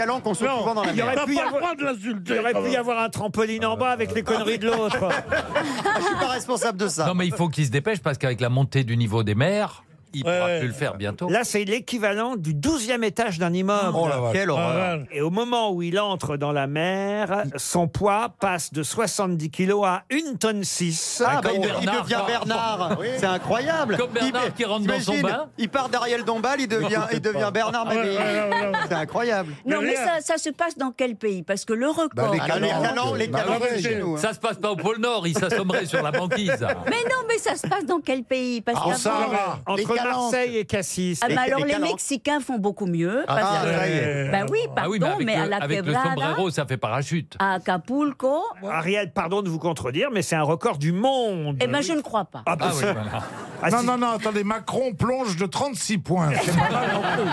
non, non. Non, Il aurait pu y avoir- pas le droit de l'insulter. Il aurait quand pu y même. avoir un trampoline en bas avec les conneries de l'autre. Je suis pas responsable de ça. Non, mais il faut qu'il se dépêche parce qu'avec la montée du niveau des mers, il ne pourra plus le faire bientôt. Là, c'est l'équivalent du 12e étage d'un immeuble. Oh Ah, la vache. Quelle horreur. Et au moment où il entre dans la mer, son poids passe de 70 kilos à 1 tonne 6. Ah, bah, il, de- il devient Bernard. C'est incroyable. Comme Bernard qui rentre dans son t'imagines, bain. Il part d'Ariel Dombal, il devient, il devient Bernard Ouais, ouais, Mabille. ouais, C'est incroyable. Non, mais ça, ça se passe dans quel pays Parce que le record. Bah, les Ah, les Calanques, Calanques, les bah, Calanques, ouais. chez nous, hein. Ça se passe pas au pôle Nord, ils s'assommeraient sur la banquise. Mais non, mais ça se passe dans quel pays Parce Ah, en qu'avant- Sahara. Les Entre Calanques. Marseille et Cassis. Ah, bah, alors les Mexicains font beaucoup mieux. Ah, parce ah, que- ça y est. Bah oui, pardon, Ah oui, mais, mais avec, à le, la avec le quebrada, Ah. sombrero, Ah, ça fait parachute. à Acapulco, Ariel, pardon de vous contredire, mais c'est un record du monde. eh ben je ne crois pas. Ah, bah, c'est- Ah, non, si- non, non, attendez, Macron plonge de 36 points. C'est pas mal non plus.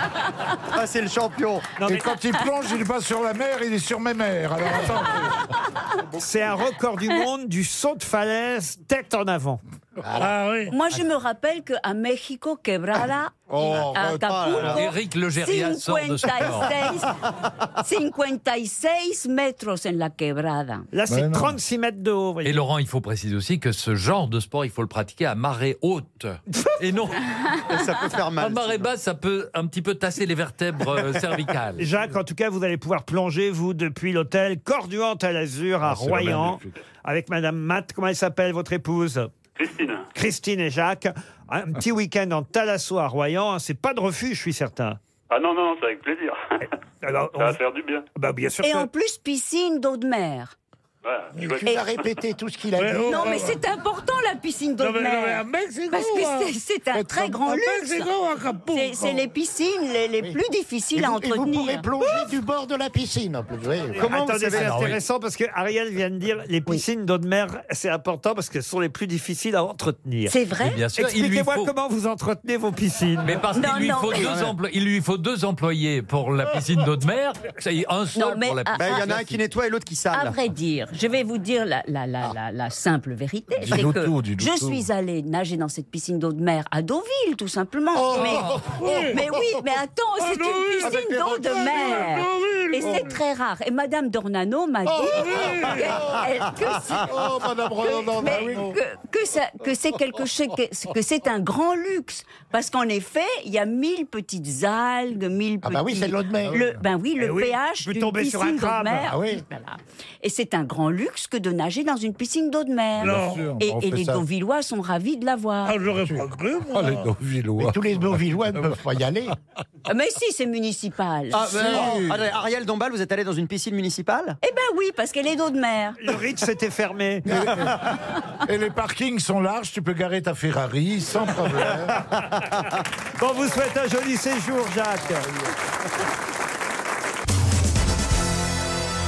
Ah, c'est le champion. Et quand il plonge, il n'est pas sur la mer, il est sur mes mers. Alors attends. C'est un record du monde du saut de falaise tête en avant. Moi, je me rappelle qu'à Mexico, Quebrada, à Oh, bah, oh là hein. Acapulco, là. Éric Legeria sort de ce 56, 56 mètres en la Quebrada. Là, c'est 36 mètres de haut. Et Laurent, il faut préciser aussi que ce genre de sport, il faut le pratiquer à marée haute. Et non. ça peut faire À marée basse, ça peut un petit peu tasser les vertèbres euh, cervicales. Jacques, en tout cas, vous allez pouvoir plonger, vous, depuis l'hôtel Corduante à l'Azur à Ah, c'est Royan, magnifique. avec Madame Matt. Comment elle s'appelle, votre épouse Christine. Christine et Jacques. Un petit week-end en Talasso à Royan. C'est pas de refus, je suis certain. Eh, Ah non, non, non, c'est avec plaisir. Alors, ça va faire du bien. Bah, bien sûr. Et en plus, piscine d'eau de mer. Voilà, chouette. Il a répété tout ce qu'il a dit. oh, non, mais c'est important la piscine d'eau Non, de mais- non, mais à mer. Mexico, Parce que hein. c'est- c'est un Être très grand à luxe. Mexico, à Acapulco. C'est- C'est les piscines les, les plus difficiles Et à vous- et vous entretenir. pourrez plonger du bord de la piscine. en plus, oui. Comment Attendez, vous savez, c'est Ah, bah c'est intéressant. intéressant parce que Ariel vient de dire les piscines d'eau de mer, c'est important parce qu'elles sont les plus difficiles à entretenir. C'est vrai Mais bien sûr, il lui Expliquez-moi faut- comment vous entretenez vos piscines. Mais parce qu'il lui, faut deux emplo- il lui faut deux employés pour la piscine d'eau de mer. Ça y est, un seul Non, mais pour la à- piscine. Ben, il y en a un qui nettoie et l'autre qui À Ah, vrai dire, je vais vous dire la, la, la, la, la simple vérité, Dis-nous c'est que tout, dis-nous je tout. suis allée nager dans cette piscine d'eau de mer à Deauville, tout simplement. Oh mais, mais oui, mais attends, Ah, c'est Deauville, une avec les piscine d'eau de requins, mer. Deauville. Et c'est très rare. Et Madame Dornano m'a dit Oh, que- Deauville. elle- que, si- Oh, Madame que- Dornano, mais oui. que, que ça- que c'est quelque chose, que, que c'est un grand luxe, parce qu'en effet, il y a mille petites algues, mille Ah petits. bah oui, c'est de l'eau de mer. Le, ben oui, Eh le oui, pH je peux d'une tomber sur un piscine d'eau de crabe. mer. Ah oui. Voilà. Et c'est un grand luxe que de nager dans une piscine d'eau de mer. Non. Bien sûr, Et, on et fait les ça. Ah, Deauvillois sont ravis de la voir. j'aurais pas cru, moi. Ah, les Deauvillois. Mais tous les Beauvillois ne peuvent pas y aller. Ah, Mais si, c'est municipal. Ah, ben, oh, attendez, Ariel Dombal, vous êtes allé dans une piscine municipale Eh ben oui, parce qu'elle est d'eau de mer. Le Ritz c'était fermé. Et les parkings sont larges, tu peux garer ta Ferrari sans problème. Bon, on vous souhaite un joli séjour, Jacques.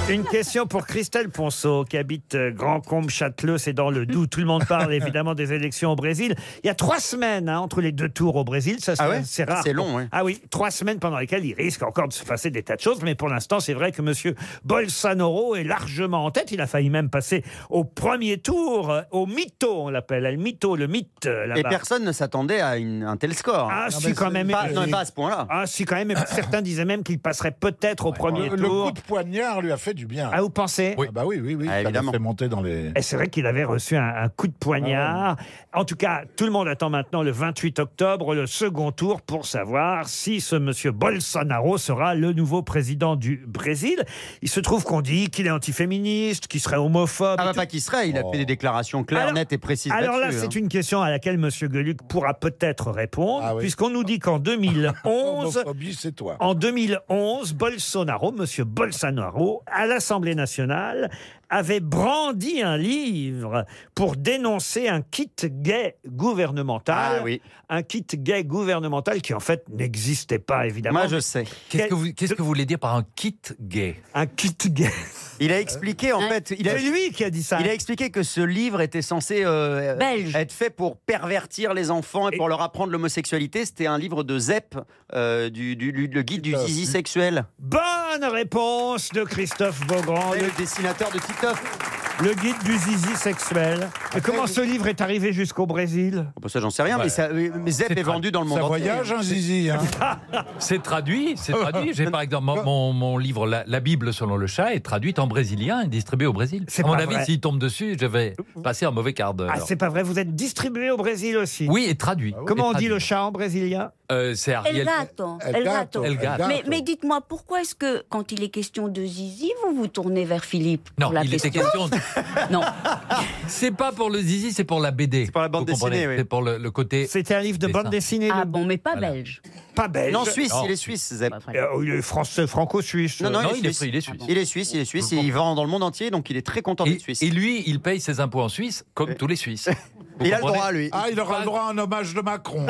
Une question pour Christelle Ponceau, qui habite euh, Grand Combe, Châteleux, c'est dans le Doubs. Tout le monde parle évidemment des élections au Brésil. Il y a trois semaines hein, entre les deux tours au Brésil, ça c'est Ah ouais c'est rare. C'est long, ouais. Ah oui, trois semaines pendant lesquelles il risque encore de se passer des tas de choses, mais pour l'instant, c'est vrai que Monsieur Bolsonaro est largement en tête. Il a failli même passer au premier tour, euh, au mytho, on l'appelle, le mytho, le mythe euh, Et là-bas. personne ne s'attendait à une- un tel score. Ah, si, quand même. Pas, non, pas à ce point-là. Ah, si, quand même. Certains disaient même qu'il passerait peut-être au premier Le, le tour. coup de poignard lui a fait du bien. Ah, vous pensez Ah bah oui, oui, oui. Ah, ça l'a évidemment. fait monter dans les. Et c'est vrai qu'il avait reçu un, un coup de poignard. Ah En tout cas, tout le monde attend maintenant le 28 octobre, le second tour, pour savoir si ce monsieur Bolsonaro sera le nouveau président du Brésil. Il se trouve qu'on dit qu'il est antiféministe, qu'il serait homophobe. Ah, et bah, tout. pas qu'il serait. Il a fait des déclarations claires, Oh. Alors- nettes et précises. Alors là, là-dessus, c'est hein. Ah une question à laquelle Monsieur Geluc pourra peut-être répondre, puisqu'on nous dit qu'en 2011, Homophobie, c'est toi. En 2011, Bolsonaro, Monsieur Bolsonaro, à l'Assemblée nationale, avait brandi un livre pour dénoncer un kit gay Ah, gouvernemental. Un kit gay gouvernemental qui en fait n'existait pas évidemment. Moi, je sais. Qu'est-ce que vous- qu'est-ce que vous voulez dire par un kit gay Un kit gay. Il a expliqué, en fait. Il a, Euh, C'est lui qui a dit ça. Il a expliqué que ce livre était censé euh, Belge. être fait pour pervertir les enfants et, pour leur apprendre l'homosexualité. C'était un livre de Zep, euh, du, du- du- le guide du zizi sexuel. Bonne réponse de Christophe Beaugrand, Oh, Le dessinateur de Titoff. le guide du zizi sexuel. Ah, Et comment ce livre est arrivé jusqu'au Brésil Bon, Oh, bah, ça, j'en sais rien, Ouais. mais, ça- mais- mais Zep est, vendu dans le monde ça entier. voyage, hein, zizi. C'est traduit, c'est traduit. J'ai par exemple mon, mon- mon livre La, La Bible selon le chat est traduite en brésilien et distribuée au Brésil. C'est à mon pas avis, vrai. s'il tombe dessus, je vais passer un mauvais quart Bah d'heure. Ah, c'est pas vrai, vous êtes distribué au Brésil aussi. Oui, et traduit. Comment Et on dit traduit. le chat en brésilien Euh, c'est El Ariel. gato, El el gato, gato. el gato. hein. Mais, mais dites-moi, pourquoi est-ce que, quand il est question de Zizi, vous vous tournez vers Philippe pour Non, la il était question question. non. C'est pas pour le zizi, c'est pour la BD. C'est pour la bande dessinée, oui. C'est pour le, le côté. C'était un livre de bande dessinée. Ah bon, mais pas belge. Pas belge. Non, suisse, il est suisse, Zep. Euh, il est français, franco-suisse. Non, non, Non, il, est suisse. il est suisse. Il est suisse, il est suisse, et il vend dans le monde entier, donc il est très content Et, d'être suisse. et lui, il paye ses impôts en Suisse, comme tous les Suisses. Vous Il a le comprenez droit, lui. Ah, il aura le droit à un hommage de Macron.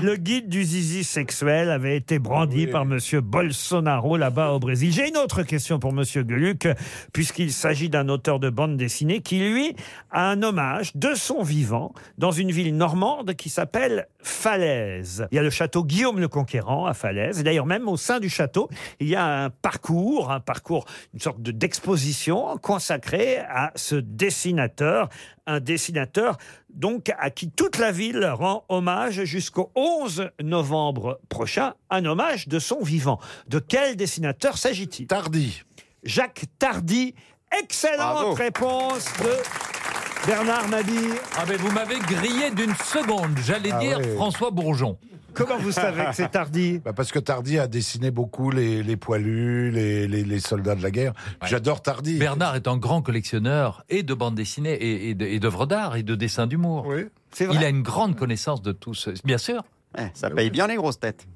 Le guide du zizi sexuel avait été brandi par Monsieur Bolsonaro là-bas au Brésil. J'ai une autre question pour Monsieur Geluc, puisqu'il s'agit d'un auteur de bande dessinée qui, lui, a un hommage de son vivant dans une ville normande qui s'appelle Falaise. Il y a le château Guillaume le Conquérant à Falaise. Et d'ailleurs, même au sein du château, il y a un parcours, un parcours, une sorte de- d'exposition consacrée à ce dessinateur, un dessinateur donc à qui toute la ville rend hommage jusqu'au 11 novembre prochain, un hommage de son vivant. De quel dessinateur s'agit-il Tardy. Jacques Tardy. Excellente Bravo. réponse de Bernard Mabille. Ah ben vous m'avez grillé d'une seconde. J'allais Ah dire oui. François Bourgeon. Comment vous savez que c'est Tardy Bah parce que Tardy a dessiné beaucoup les, les poilus, les, les- les soldats de la guerre. J'adore Tardy. Bernard est un grand collectionneur et de bande dessinée et, et de- et d'œuvres d'art et de dessins d'humour. Oui, c'est vrai. Eh, Il a une grande connaissance de tout ce. Bien sûr. ça paye bien les grosses têtes.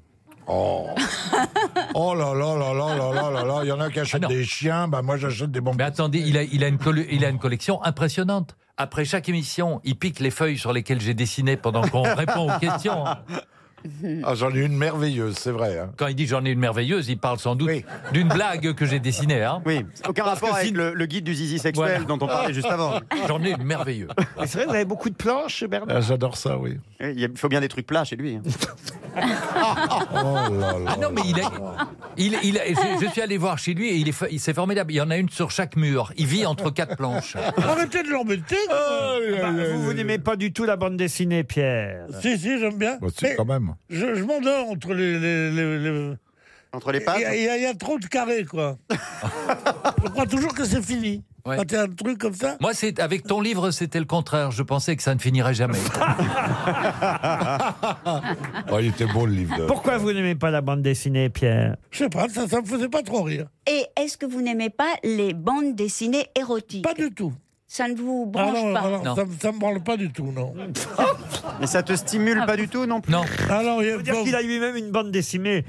Oh. oh là là là là là là là là, il y en a qui Ah achètent des chiens, bah moi j'achète des bonbons. Mais attendez, il a, il, a une collu- il a une collection impressionnante. Après chaque émission, il pique les feuilles sur lesquelles j'ai dessiné pendant qu'on répond aux questions. hein. Ah, j'en ai une merveilleuse, c'est vrai. hein. Quand il dit j'en ai une merveilleuse, il parle sans doute d'une blague que j'ai dessinée. hein. Oui, aucun rapport avec le- guide du zizi sexuel dont on parlait juste avant. J'en ai une merveilleuse. Mais c'est vrai, vous avez beaucoup de planches, Bernard Ah, J'adore ça, oui. Il y a- faut bien des trucs plats chez lui. hein. Oh Ah Oh, non, mais il a- il- il a- je, je suis allé voir chez lui et il est, fa- il- c'est formidable. Il y en a une sur chaque mur. Il vit entre quatre planches. Arrêtez de l'embêter. Ah bah, vous, vous n'aimez pas du tout la bande dessinée, Pierre. Si, si, j'aime bien. Mais Bah, même. Je, je m'endors entre les, les- les- les- Entre les Il y a- il y, a- il y a trop de carrés, quoi. je crois toujours que c'est fini. Ouais. Quand il y a un truc comme ça. Moi, c'est avec ton livre, c'était le contraire. Je pensais que ça ne finirait jamais. Bah, il était beau le livre. Pourquoi vous n'aimez pas la bande dessinée, Pierre Je sais pas, ça, ça me faisait pas trop rire. Et est-ce que vous n'aimez pas les bandes dessinées érotiques Pas du tout. Ça ne vous Ah branche non, pas ah non, ça, me- ça me branle pas du tout, non. Mais ça te stimule pas du tout non plus Non. Alors, il faut dire qu'il a lui-même une bande dessinée.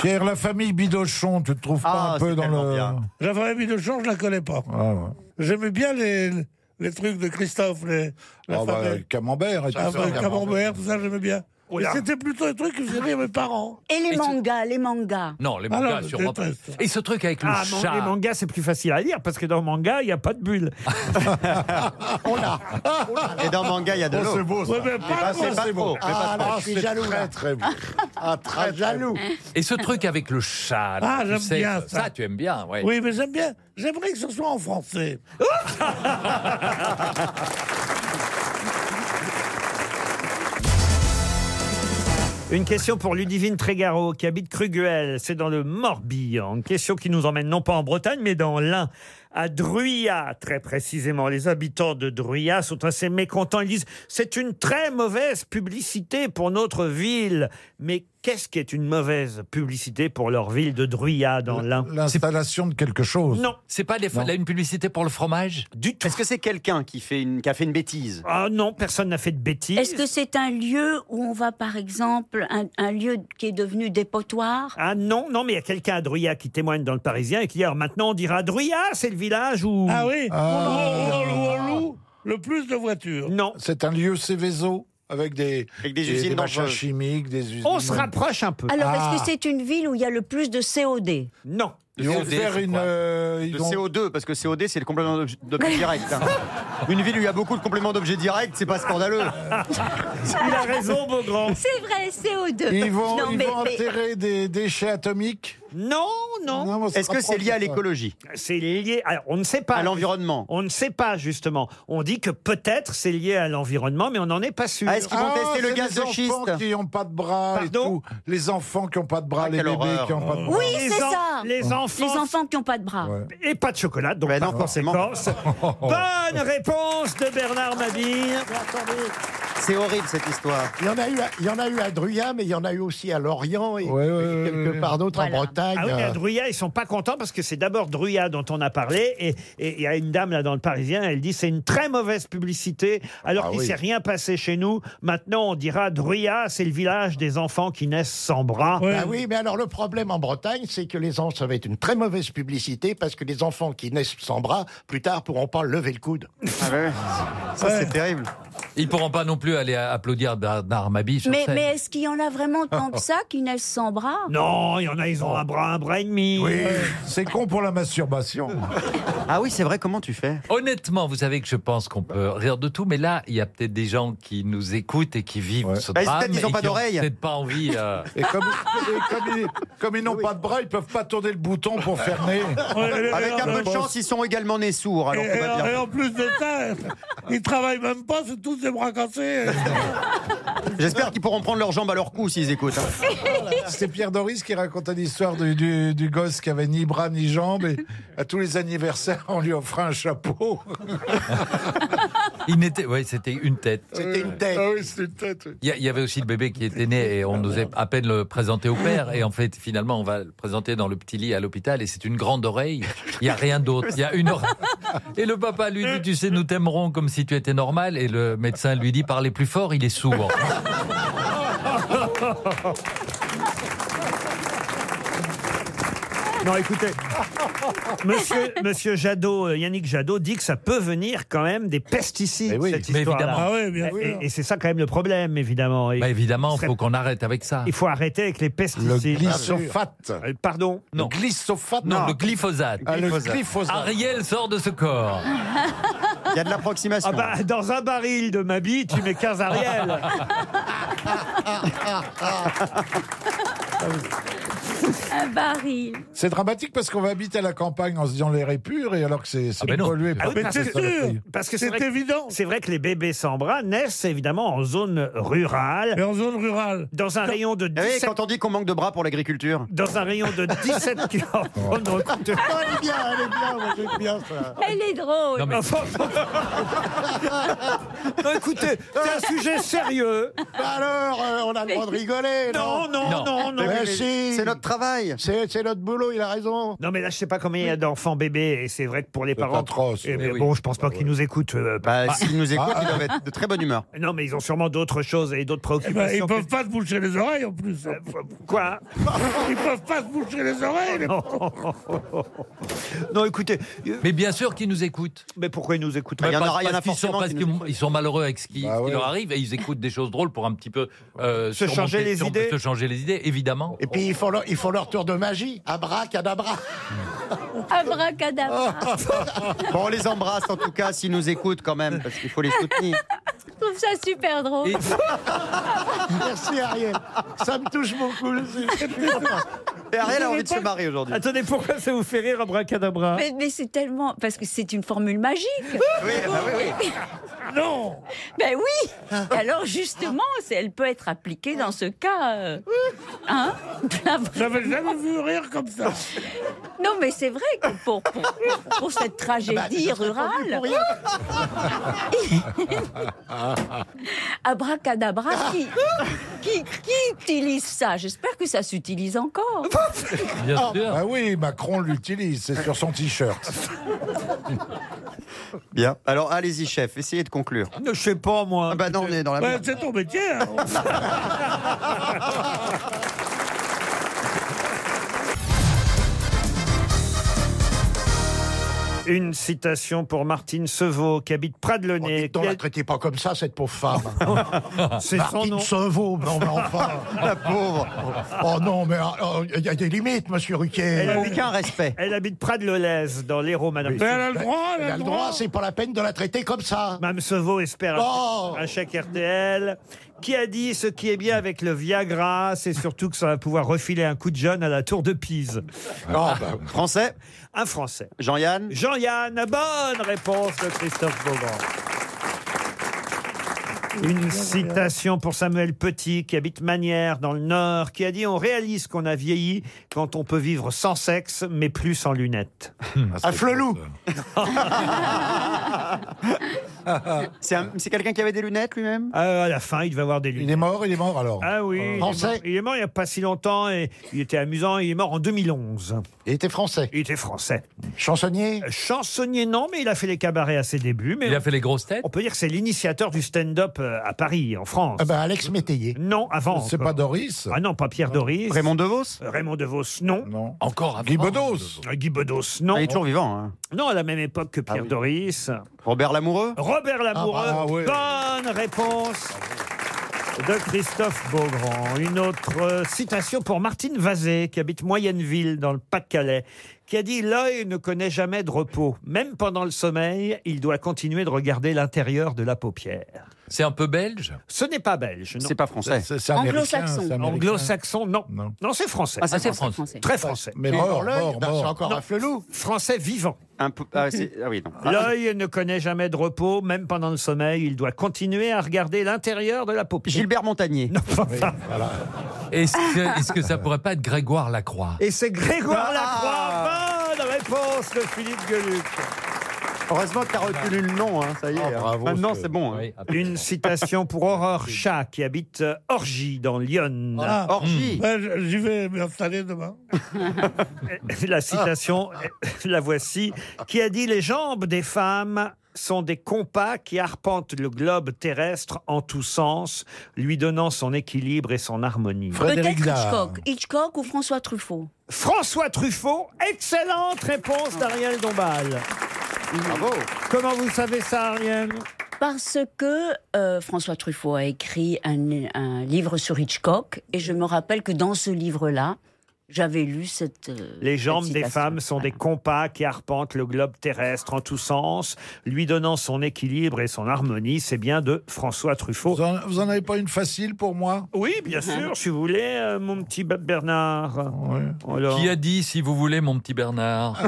Pierre, la famille Bidochon, tu te trouves pas Ah, un peu dans le. La famille Bidochon, je la connais pas. Ah, ouais. J'aimais bien les, les trucs de Christophe, les, la Ah, bah, famille. Camembert et tout Ah, ça. bah, Camembert, tout ça, j'aimais bien. Mais c'était plutôt un truc que faisaient mes parents. Ah Et les mangas, les mangas. Non, les mangas, sur Europe. Et ce truc avec le Ah, man- chat. les mangas, c'est plus facile à lire parce que dans le manga, il n'y a pas de bulle. On l'a. Et dans manga, il y a de Oh, l'eau. c'est beau, ça. Ouais, mais Mais pas pas- trop, c'est pas c'est trop. beau. mais Ah, pas trop. là, je suis jaloux, hein. là. très beau. Ah, très jaloux. Et ce truc avec le chat. là, Ah, tu j'aime sais, bien ça. tu aimes bien, ouais. Oui, mais j'aime bien. J'aimerais que ce soit en français. Une question pour Ludivine Trégaro qui habite Cruguel, c'est dans le Morbihan. Une question qui nous emmène non pas en Bretagne mais dans l'Ain, à Druya très précisément. Les habitants de Druya sont assez mécontents. Ils disent c'est une très mauvaise publicité pour notre ville. Mais qu'est-ce qui est une mauvaise publicité pour leur ville de Druya dans Euh, l'Ain L'installation de quelque chose. Non. C'est pas Non. une publicité pour le fromage Du tout. Est-ce que c'est quelqu'un qui, fait une- qui a fait une bêtise Ah non, personne n'a fait de bêtises. Est-ce que c'est un lieu où on va, par exemple, un, un lieu qui est devenu dépotoir Ah non, non, mais il y a quelqu'un à Druya qui témoigne dans le Parisien et qui dit alors maintenant on dira Druya, c'est le village où. Ah oui Ah. Où on- où on loue le plus de voitures. Non. C'est un lieu Céveso avec des, des usines machins dangereuses. chimiques, des usines. On se rapproche un peu. Alors, est-ce Ah. que c'est une ville où il y a le plus de COD Non. Ils ont ouvert une. euh, ils De ont- CO2, parce que CO2, c'est le complément d'objet- d'objet direct. hein. Une ville où il y a beaucoup de compléments d'objet direct, c'est pas scandaleux. Il a raison, Beaugrand. C'est vrai, CO2. Ils vont, Non, ils mais- vont mais- enterrer des déchets atomiques Non, non. on se Est-ce que c'est Ah, rapproche lié à de ça. l'écologie C'est lié. Alors, on ne sait pas. À l'environnement. On ne sait pas, justement. On dit que peut-être c'est lié à l'environnement, mais on n'en est pas sûr. Ah, est-ce qu'ils vont Ah, tester le c'est gaz les de enfants schiste qui n'ont pas de bras et Pardon tout. Les enfants qui n'ont pas de bras, Ah, les quelle bébés horreur. qui n'ont pas de bras. Oui, Les c'est en- ça. les enfants- Les enfants qui n'ont pas de bras. Et pas de chocolat, donc Oh. Ben par non, forcément. conséquence. Bonne réponse de Bernard Mabille. C'est horrible cette histoire. Il y, en a eu à, il y en a eu à Druya, mais il y en a eu aussi à Lorient et, Ouais, ouais, ouais, et quelque ouais. part d'autre Voilà. en Bretagne. Ah oui, mais à Euh, Druya, ils sont pas contents parce que c'est d'abord Druya dont on a parlé. Et et il y a une dame là dans le Parisien, elle dit c'est une très mauvaise publicité alors Ah qu'il oui. s'est rien passé chez nous. Maintenant, on dira Druya, c'est le village des enfants qui naissent sans bras. Ouais. Bah Ah oui, mais alors le problème en Bretagne, c'est que les enfants, ça va être une très mauvaise publicité parce que les enfants qui naissent sans bras, plus tard, pourront pas lever le coude. Ah ouais, ouais. Ça, c'est terrible. Ils pourront pas non plus aller applaudir Bernard Mabille sur Mais, scène. mais est-ce qu'il y en a vraiment tant que ça qui naissent sans bras Non, il y en a, ils Oh. ont un bras, un bras et demi. Oui, c'est con pour la masturbation. Ah oui, c'est vrai, comment tu fais Honnêtement, vous savez que je pense qu'on peut Bah. rire de tout, mais là, il y a peut-être des gens qui nous écoutent et qui vivent ce Bah, c'est drame. peut-être qu'ils ont et pas qui d'oreilles. Peut-être pas envie. euh, Et comme, et comme ils, comme ils n'ont pas de bras, ils peuvent pas tourner le bouton pour fermer. Ouais, et- Avec et- euh, un peu de chance, ils sont également nés sourds. Alors, et, tout va bien. et en plus de ça, ils travaillent même pas, c'est tous des bras cassés. J'espère qu'ils pourront prendre leurs jambes à leur cou s'ils écoutent. hein. C'est Pierre Doris qui racontait l'histoire du, du- du gosse qui avait ni bras ni jambes. Et à tous les anniversaires, on lui offrait un chapeau. il n'était, ouais, c'était une tête. Euh, C'était une tête. Ah oui, c'est une tête. oui. Il y, a- il y avait aussi le bébé qui était né et on Ah, osait à peine le présenter au père. Et en fait, finalement, on va le présenter dans le petit lit à l'hôpital et c'est une grande oreille. Il y a rien d'autre. Il y a une oreille. Et le papa lui dit, tu sais, nous t'aimerons comme si tu étais normal. Et le médecin lui dit, parlez plus fort, il est sourd. Non, écoutez, Monsieur, Monsieur Jadot, euh, Yannick Jadot dit que ça peut venir quand même des pesticides, cette Mais histoire-là. évidemment. Ah ouais, bien Et- sûr. et et c'est ça quand même le problème, évidemment. Bah, évidemment, il faut qu'on arrête avec ça. Il faut arrêter avec les pesticides. Le glyphosate. Euh, Pardon Non. Le glyphosate Non, le glyphosate. Ariel sort de ce corps. Il y a de l'approximation. Ah Ah bah, bah, dans un baril de Mabi, tu mets 15 Ariel. Un baril. C'est dramatique parce qu'on va habiter à la campagne en se disant l'air est pur et alors que c'est c'est mais non. pollué Ah par oui, parce que- Parce que c'est vrai que- C'est vrai que les bébés sans bras naissent évidemment en zone rurale. Mais en zone rurale. Dans un rayon de Eh oui, 17 quand on dit qu'on manque de bras pour l'agriculture. Dans un rayon de 17 kilomètres. Oh non, écoutez. Ah, elle est bien, elle est bien, moi j'aime bien ça. Elle est drôle. Non, mais- Non, écoutez, c'est un sujet sérieux. Bah alors, euh, on a le droit de rigoler. Non, non, non, non. Eh non. ben, Mais Mais si. c'est notre travail. C'est c'est notre boulot, il a raison. Non, mais là, je sais pas combien il y a d'enfants bébés, et c'est vrai que pour les parents. atroce, Eh, oui. mais Eh oui. bon, je pense pas qu'ils nous écoutent. euh, Bah, Ah. pas- s'ils nous écoutent, ils doivent être de très bonne humeur. Non, mais ils ont sûrement d'autres choses et d'autres Eh ben, préoccupations. ils que- peuvent pas se boucher les oreilles en plus. Quoi Ils peuvent pas se boucher les oreilles. les- Non, écoutez. Mais bien sûr qu'ils nous écoutent. Mais pourquoi ils nous écoutent Il Bah, Il y en aura- il y en a parce qu'ils sont, forcément parce qui qu'ils nous ils sont malheureux avec ce qui, ce qui ouais. leur arrive et ils écoutent des choses drôles pour un petit peu euh, Se surmonter- changer les sur- idées. Se changer les idées, évidemment. Et puis ils font leur, ils font leur tour de magie. Abracadabra. Abracadabra. Bon, on les embrasse en tout cas s'ils nous écoutent quand même, parce qu'il faut les soutenir. Je trouve ça super drôle. Merci Ariel. Ça me touche beaucoup. Et Ariel a envie de se marier aujourd'hui. Ah. Attendez, pourquoi ça vous fait rire, Ah. abracadabra Mais, mais c'est tellement. Parce que c'est une formule magique. Non Ben oui Alors justement, c'est- elle peut être appliquée dans ce cas. euh, hein J'avais jamais vu rire comme ça. Non, mais c'est vrai que pour, pour, pour- pour cette tragédie Bah, je serais pas venu rurale, pour rien. abracadabra, qui, qui, qui utilise ça J'espère que ça s'utilise encore. Ah, bah oui, Macron l'utilise, c'est sur son t-shirt. Bien. Alors allez-y, chef, essayez de conclure. Je sais pas, moi. bah non, on est dans la Ah, Ouais, merde. c'est ton métier. hein. Une citation pour Martine Sevaux, qui habite Pradlenay. On la traitait pas comme ça, cette pauvre femme. C'est Ah, son Martine nom. Sevaux, non mais enfin. La pauvre. Oh non, mais euh, il y a des limites, monsieur Ruquier. Aucun respect. Elle habite Pradlelaise, dans l'Hérault, madame. Mais elle a le droit, elle a Elle a le droit, c'est pas la peine de la traiter comme ça. Mme Sevaux espère un- Oh un chèque RTL. Qui a dit ce qui est bien avec le Viagra, c'est surtout que ça va pouvoir refiler un coup de jeune à la tour de Pise. Ah, bah, Français, Un Français. Jean-Yann, Jean-Yann, bonne réponse de Christophe Beaugrand. Une citation pour Samuel Petit, qui habite Manières, dans le Nord, qui a dit On réalise qu'on a vieilli quand on peut vivre sans sexe, mais plus sans lunettes. À Flelou. c'est un- c'est quelqu'un qui avait des lunettes lui-même Ah, à la fin, il devait avoir des lunettes. Il est mort, il est mort alors. Ah oui, il est Français. mort- il est mort il n'y a pas si longtemps et il était amusant. Il est mort en 2011. Il était français. Il était français. Chansonnier. Euh, Chansonnier, non, mais il a fait les cabarets à ses débuts. Mais Il a fait les grosses têtes. on peut dire que c'est l'initiateur du stand-up euh, à Paris, en France. Ah ben, Alex Métayer. Non, avant. bah, C'est encore. pas Doris Ah non, pas Pierre Doris. Raymond DeVos Euh, Raymond DeVos, non. Non. Encore avant. Guy Bedos Euh, Guy Bedos, non. Ah, Il est toujours vivant. hein. Non, à la même époque que Pierre Doris. Robert Lamoureux Robert Lamoureux, Ah, ouais. bonne réponse de Christophe Beaugrand. Une autre euh, citation pour Martine Vazé, qui habite Moyenneville, dans le Pas-de-Calais, qui a dit « L'œil ne connaît jamais de repos. Même pendant le sommeil, il doit continuer de regarder l'intérieur de la paupière. C'est un peu belge. » Ce n'est pas belge, non. C'est pas français. C'est- c'est américain, Anglo-saxon. c'est américain. Anglo-saxon, non. Non. Non, c'est français. Ah, c'est français. Français. Très français. Mais Et dans mort, l'œil, mort, ben, c'est mort. encore à Flelou. Français vivant. Un peu- ah, c'est- ah oui, non. Ah, L'œil ne connaît jamais de repos, même pendant le sommeil, il doit continuer à regarder l'intérieur de la paupière. Gilbert Montagnier. Est-ce que, est-ce que ça pourrait pas être Grégoire Lacroix Et c'est Grégoire Ah Lacroix. Bonne réponse de Philippe Gueluc. Heureusement que t'as retenu le nom, hein, ça y est. Ah, hein. bravo, Maintenant, ce- c'est bon. hein. Oui, absolument. Une citation pour Aurore Chat, qui habite euh, Orgy, dans Lyon. Ah, Orgie. ben, J'y vais m'installer demain. Ah. La citation, la voici, qui a dit Les jambes des femmes sont des compas qui arpentent le globe terrestre en tous sens, lui donnant son équilibre et son harmonie. Peut-être Hitchcock. Hitchcock ou François Truffaut. François Truffaut, excellente réponse d'Ariel Dombal. Bravo. Comment vous savez ça, Ariel Parce que euh, François Truffaut a écrit un, un livre sur Hitchcock, et je me rappelle que dans ce livre-là, j'avais lu cette. euh, Les cette jambes des citation. femmes sont des compas qui arpentent le globe terrestre en tous sens, lui donnant son équilibre et son harmonie. C'est bien de François Truffaut. Vous en Uh-huh. avez pas une facile pour moi Oui, bien sûr, si vous voulez, euh, mon petit Bob Bernard. Alors, Qui a dit, si vous voulez, mon petit Bernard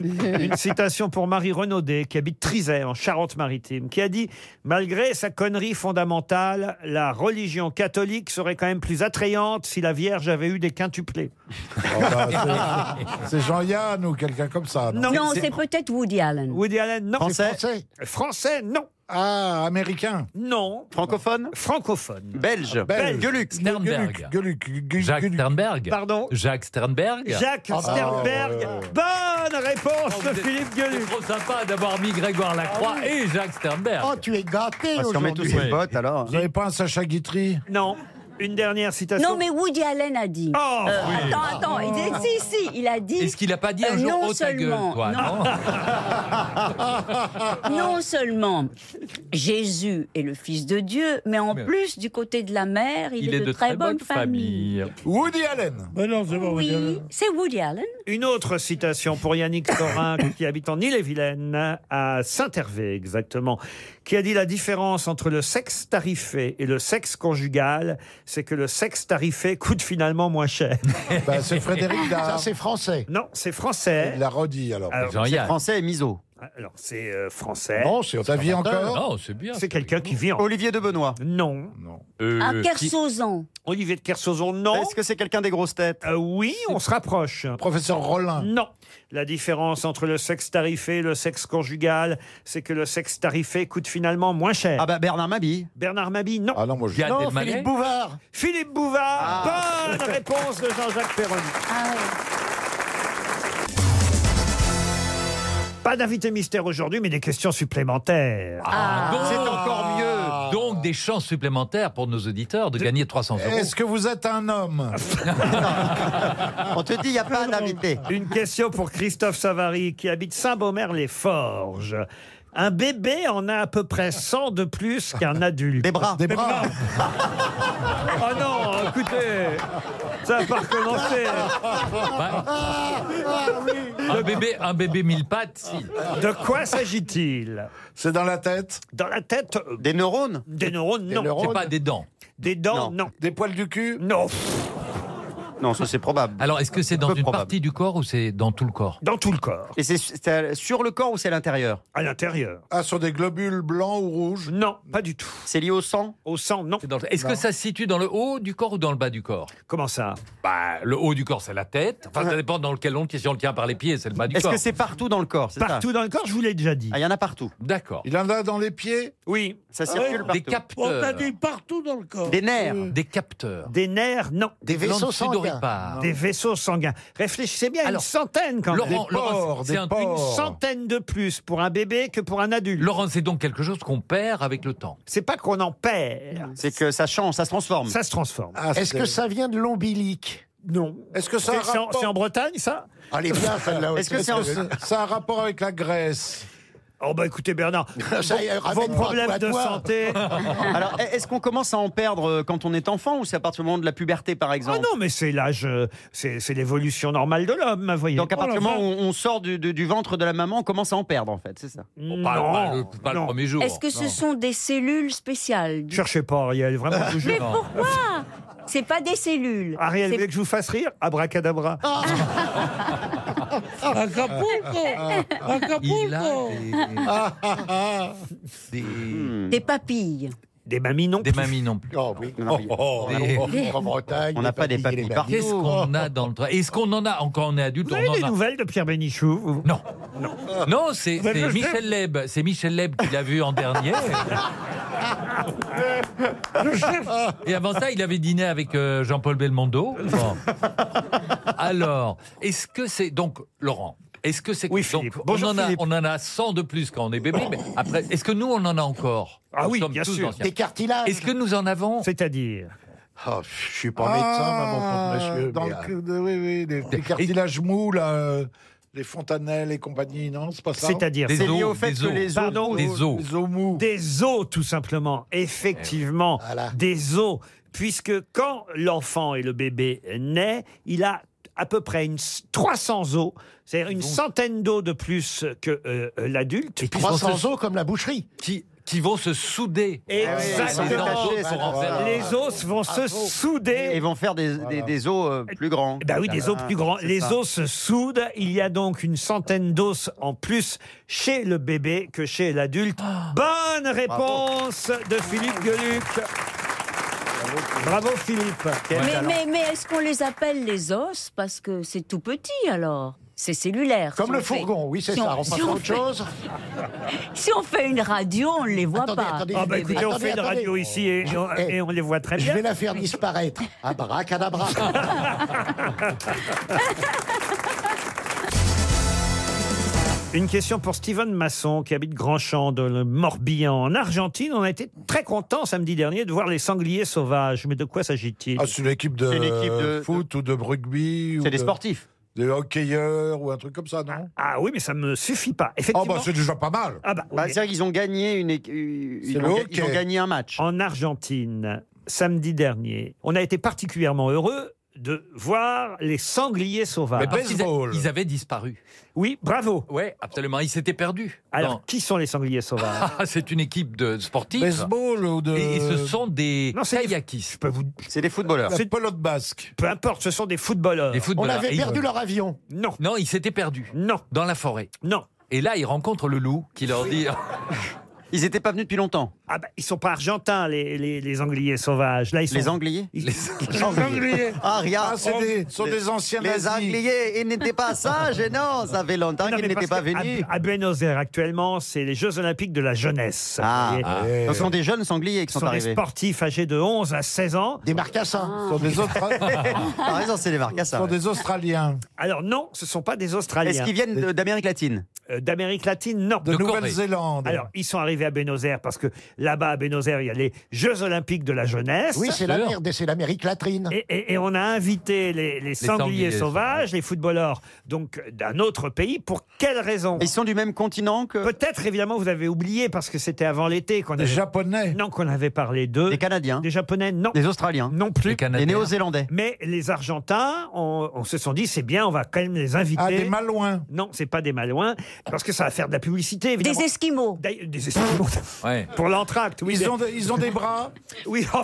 Une citation pour Marie Renaudet, qui habite Trizet, en Charente-Maritime, qui a dit Malgré sa connerie fondamentale, la religion catholique serait quand même plus attrayante si la Vierge avait eu des quintuplés. Oh, bah, C'est Jean-Yann ou quelqu'un comme ça. Non, c'est peut-être Woody Allen. Woody Allen, non. Français Français Français, non. Ah, américain Non. Francophone Francophone. Belge. Belge. Gueluc. Sternberg. Gueluc. Jacques Sternberg. Pardon Jacques Sternberg. Jacques Sternberg. Bonne Oh, réponse de Philippe Gueluc. C'est trop sympa d'avoir mis Grégoire Lacroix Ah oui. et Jacques Sternberg. Oh, tu es gâté Ah, si on met tous aujourd'hui. ces Ouais. bottes, alors. hein. Vous n'avez pas un Sacha Guitry Non. Une dernière citation. Non, mais Woody Allen a dit. Euh, Oh, oui. Attends, attends. Il dit, si, si, il a dit. Est-ce qu'il a pas dit un euh, jour non oh ta gueule, seulement, toi non. non seulement Jésus est le Fils de Dieu, mais en Mais- plus, du côté de la mère, il, est, de, très, bonne, famille. Woody Allen. Mais non, c'est pas Woody Allen. Oui, c'est Woody Allen. Une autre citation pour Yannick Sorin, qui habite en Ille-et-Vilaine, à Saint-Hervé exactement, qui a dit la différence entre le sexe tarifé et le sexe conjugal, c'est que le sexe tarifé coûte finalement moins cher. Bah, c'est Frédéric Ça, Dard. c'est français. Non, c'est français. La redit alors. Alors, Jean-Yann. Français et Miso. Alors, c'est euh, français. Non, c'est Ça vit encore Non, Oh, c'est bien. C'est quelqu'un qui vit en... Olivier de Benoît. Non. Euh, à qui- Ah, Kersauzon. Olivier de Kersauzon, non. Est-ce que c'est quelqu'un des grosses têtes Euh, oui, on se rapproche. Professeur Rollin. Non. La différence entre le sexe tarifé et le sexe conjugal, c'est que le sexe tarifé coûte finalement moins cher. Ah bah Bernard Mabille. Bernard Mabie, non. Ah non, moi je. Gad Non, Elmaleh. Philippe Bouvard. Philippe Bouvard, bonne réponse de Jean-Jacques Perroni. Pas d'invité mystère aujourd'hui, mais des questions supplémentaires. Ah, donc- C'est encore Ah. mieux. Donc des chances supplémentaires pour nos auditeurs de gagner 300 euros. Est-ce que vous êtes un homme On te dit, il n'y a pas d'invité. Une question pour Christophe Savary, qui habite Saint-Beaumer-les-Forges. Un bébé en a à peu près 100 de plus qu'un adulte. Des bras. Des bras Oh non, écoutez, ça va pas recommencer. hein. Un bébé, un bébé mille pattes. si. De quoi s'agit-il C'est dans la tête Dans la tête, euh, Des neurones des neurones, non. C'est pas des dents. Des dents, non. Des poils du cul Non, Non, ça c'est probable. Alors est-ce que c'est dans Peu une probable. partie du corps ou c'est dans tout le corps dans tout le corps, Et c'est- c'est sur le corps ou c'est à l'intérieur à l'intérieur. Ah, sur des globules blancs ou rouges Non, pas du tout. C'est lié au sang Au sang, non. C'est dans le- Est-ce que ça se situe dans le haut du corps ou dans le bas du corps Comment ça Bah, le haut du corps, c'est la tête. Enfin, ça dépend dans lequel on le tient. Si on le tient par les pieds, c'est le bas du Est-ce corps. que c'est partout dans le corps c'est ça Partout dans le corps, je vous l'ai déjà dit. Ah, il y en a partout. D'accord. Il en a dans les pieds Oui. Ça circule Des partout. capteurs. On t'a dit partout dans le corps. Des nerfs. Des capteurs. Des nerfs, non. Des vaisseaux Glandes sanguins. sudoripares. Des vaisseaux sanguins. Réfléchissez bien, Alors, une centaine quand même. Laurent, Des Laurent, pores, c'est des un- une pores. Centaine de plus pour un bébé que pour un adulte. Laurent, c'est donc quelque chose qu'on perd avec le temps. C'est pas qu'on en perd, C'est que ça change, ça se transforme. ça se transforme. Ah, Est-ce c'est- que ça vient de l'ombilique Non. Est-ce que ça a C'est c'est en, rapport- c'est en Bretagne, ça Allez, bien celle-là Est-ce aussi. que c'est en- ça a un rapport avec la Grèce Oh bah écoutez Bernard, Ça y est, vos ramène-moi à toi, problèmes à de toi. santé. Alors, est-ce qu'on commence à en perdre euh, quand on est enfant ou c'est à partir du moment de la puberté, par Ah exemple non, mais c'est l'âge, euh, c'est c'est l'évolution normale de l'homme, vous voyez. Donc, à partir du Oh la moment où on sort du, du- du ventre de la maman, on commence à en perdre, en fait, c'est ça vache. Pas, pas le, pas le non. premier jour. Est-ce que ce Non. sont des cellules spéciales du- Cherchez pas Ariel, vraiment, je vous jure. Mais pourquoi C'est pas des cellules. Ariel, vous C'est- Oh. voulez que je vous fasse rire Abracadabra. Acapulco. Il a Acapulco. des, des, des papilles. Des mamies non des plus. mamies non plus. Oh oui. Non, mais- Des- En Bretagne, On n'a les pas des papilles papilles et les partout. Qu'est-ce qu'on a dans le toit Est-ce qu'on en a encore on est adulte Vous on avez en des a- nouvelles de Pierre Bénichou vous Non. Non, c'est Vous avez c'est le Michel Leb. C'est Michel Leb qui l'a vu en dernier. Et avant ça, il avait dîné avec euh, Jean-Paul Belmondo. Bon. Alors, est-ce que c'est. Donc, Laurent, Est-ce que c'est oui, on, Bonjour, en a, Philippe. on en a 100 de plus quand on est bébé, mais après, est-ce que nous, on en a encore Ah Nous oui, sommes bien tous sûr. anciens. Des cartilages. Est-ce que nous en avons C'est-à-dire Oh, je suis pas Ah, médecin, maman, dans contre le euh, monsieur. cul de- oui, oui, les, les cartilages mous, là, euh, les fontanelles et compagnie, non C'est pas ça C'est-à-dire, C'est lié au fait que les os- Pardon, les os- Des os, tout simplement. Eh Effectivement, des os. Puisque quand l'enfant et le bébé naît, il a à peu près une, s- 300 os, c'est-à-dire une centaine d'os de plus que euh, euh, l'adulte. 300 os comme la boucherie. Qui, qui vont se souder. Exactement. Les os vont se souder. Ah. Et vont faire des, des, des os euh, plus grands. Bah oui, des os plus grands. C'est Les ça. os se soudent. Il y a donc une centaine d'os en plus chez le bébé que chez l'adulte. Ah. Bonne réponse de Philippe Gueluc. Bravo Philippe. Mais, mais, mais est-ce qu'on les appelle les os Parce que c'est tout petit alors. C'est cellulaire. Comme Si le on fait- fourgon, oui, c'est si ça. On passe à autre fait- chose. Si on fait une radio, on ne les voit pas. Ah bah écoutez, on Attendez, fait une attendez. radio ici et, et on- Eh, et on les voit très Je bien. vais la faire disparaître. Abracadabra. Une question pour Steven Masson qui habite Grandchamp dans le Morbihan en Argentine. On a été très content samedi dernier de voir les sangliers sauvages. Mais de quoi s'agit-il Ah, c'est une équipe de C'est une équipe de- foot ou de rugby. ou C'est des de- sportifs. Des hockeyeurs ou un truc comme ça, non Ah oui, mais ça me suffit pas. Ah bah c'est déjà pas mal. Ah bah, Bah, C'est-à-dire qu'ils ont gagné une. équ- Ils le ont, hockey. ils ont gagné un match. En Argentine, samedi dernier, on a été particulièrement heureux de voir les sangliers sauvages. Parce qu'ils a- Ils avaient disparu. Oui, bravo. Oui, absolument. Ils s'étaient perdus. Alors, Non. qui sont les sangliers sauvages Ah, c'est une équipe de sportifs. Baseball ou de- Et, et euh, ce sont des Non, c'est des- kayakistes. C'est des footballeurs. C'est- pelote basque. Peu importe, ce sont des footballeurs. Des footballeurs. Et ils- avion. Non. Non, ils s'étaient perdus. Non. Dans la forêt. Non. Et là, ils rencontrent le loup qui leur dit. Ils n'étaient pas venus depuis longtemps. Ah bah, ils sont pas argentins, les, les, les angliers sauvages. Là, ils sont... Les angliers Ils- Ah, rien. Ah, c'est des- ce sont des anciens Les nazis. Angliers, ils n'étaient pas sages, et non, ça fait longtemps Non, qu'ils mais n'étaient pas parce que venus. À, à Buenos Aires, actuellement, c'est les Jeux Olympiques de la jeunesse. Ah, Vous ah. voyez. ce sont des jeunes sangliers qui Ce sont, sont des arrivés. sportifs âgés de 11 à 16 ans. Des marcassins. Ce sont des autres- Par raison, c'est des Ce marcassins. sont des Australiens. Alors non, ce ne sont pas des Australiens. Est-ce qu'ils viennent de- d'Amérique latine Euh, D'Amérique latine, non. De De Corée. Nouvelle-Zélande. Alors, ils sont arrivés à Buenos Aires parce que là-bas, à Buenos Aires, il y a les Jeux Olympiques de la jeunesse. Oui, c'est la merde, et c'est l'Amérique latrine. Et, et- et on a invité les, les sangliers, sangliers sauvages, les footballeurs donc d'un autre pays. Pour quelle raison Ils sont du même continent que. Peut-être évidemment vous avez oublié parce que c'était avant l'été qu'on Des avait. Japonais. Non, qu'on avait parlé d'eux. Des Canadiens. Des Japonais, non. hein. Des Australiens. Non plus. Des Néo-Zélandais. Mais les Argentins, on, on se sont dit c'est bien, on va quand même les inviter. Ah, des Malouins. Non, c'est pas des Malouins parce que ça va faire de la publicité. Évidemment. Des Esquimaux. D'ailleurs, Des Esquimaux. Pour l'entracte, oui. Ils ont des- ils ont des bras. Oui. Oh,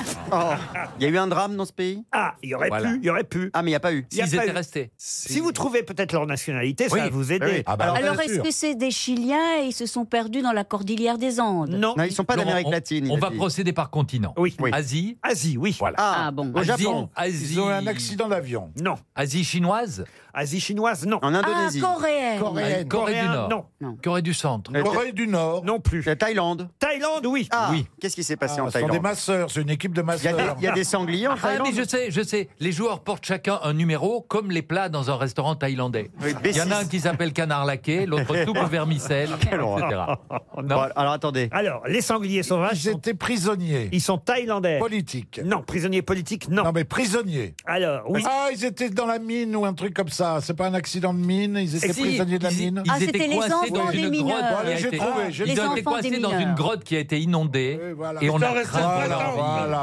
Il y a eu un drame dans ce pays Ah, il y aurait Voilà. pu, il y aurait pu. Ah, mais il n'y a pas eu. Il y a pas eu. Si vous trouvez peut-être leur nationalité, ça va Oui. vous aider. Oui, oui. Ah bah, Alors, Alors bien est-ce sûr. que c'est des Chiliens et ils se sont perdus dans la cordillère des Andes Non, Non, ils sont pas Laurent, d'Amérique on- latine. il On a va dit. procéder par continent. Oui. Asie. Asie, oui. Voilà. Ah, Ah, bon. Au Asie, Japon. Asie. Ils ont eu un accident d'avion. Non. Asie chinoise. Asie chinoise, non. En Indonésie. Ah, coréenne. Corée, du Coréen, Nord. hein, non. Corée du Centre. Corée du Nord. Non plus. La Euh, Thaïlande. Thaïlande, oui. Ah, oui. Qu'est-ce qui s'est passé Ah, en ce sont des Thaïlande masseurs, c'est une équipe de Il y a des- masseurs. il y, a des sangliers en Ah, Thaïlande mais je sais, je sais. Les joueurs portent chacun un numéro comme les plats dans un restaurant thaïlandais. Oui, Il y en B6. a un qui s'appelle canard laqué, l'autre soupe au vermicelle, Ah, etc. Non. alors attendez. Alors, les sangliers sauvages. Ils étaient prisonniers. Ils sont thaïlandais. Politiques. Non, prisonniers politiques, non. Non, mais prisonniers. Alors, oui. Ah, ils étaient dans la mine ou un truc comme ça. C'est pas un accident de mine, ils étaient Et si, prisonniers de la ils- mine. Ah, ils étaient coincés dans une grotte qui a Allez, j'ai été- trouvé. j'ai Ils trouvé. ont été coincés dans une grotte qui a été inondée. Et on a Ah, craint leur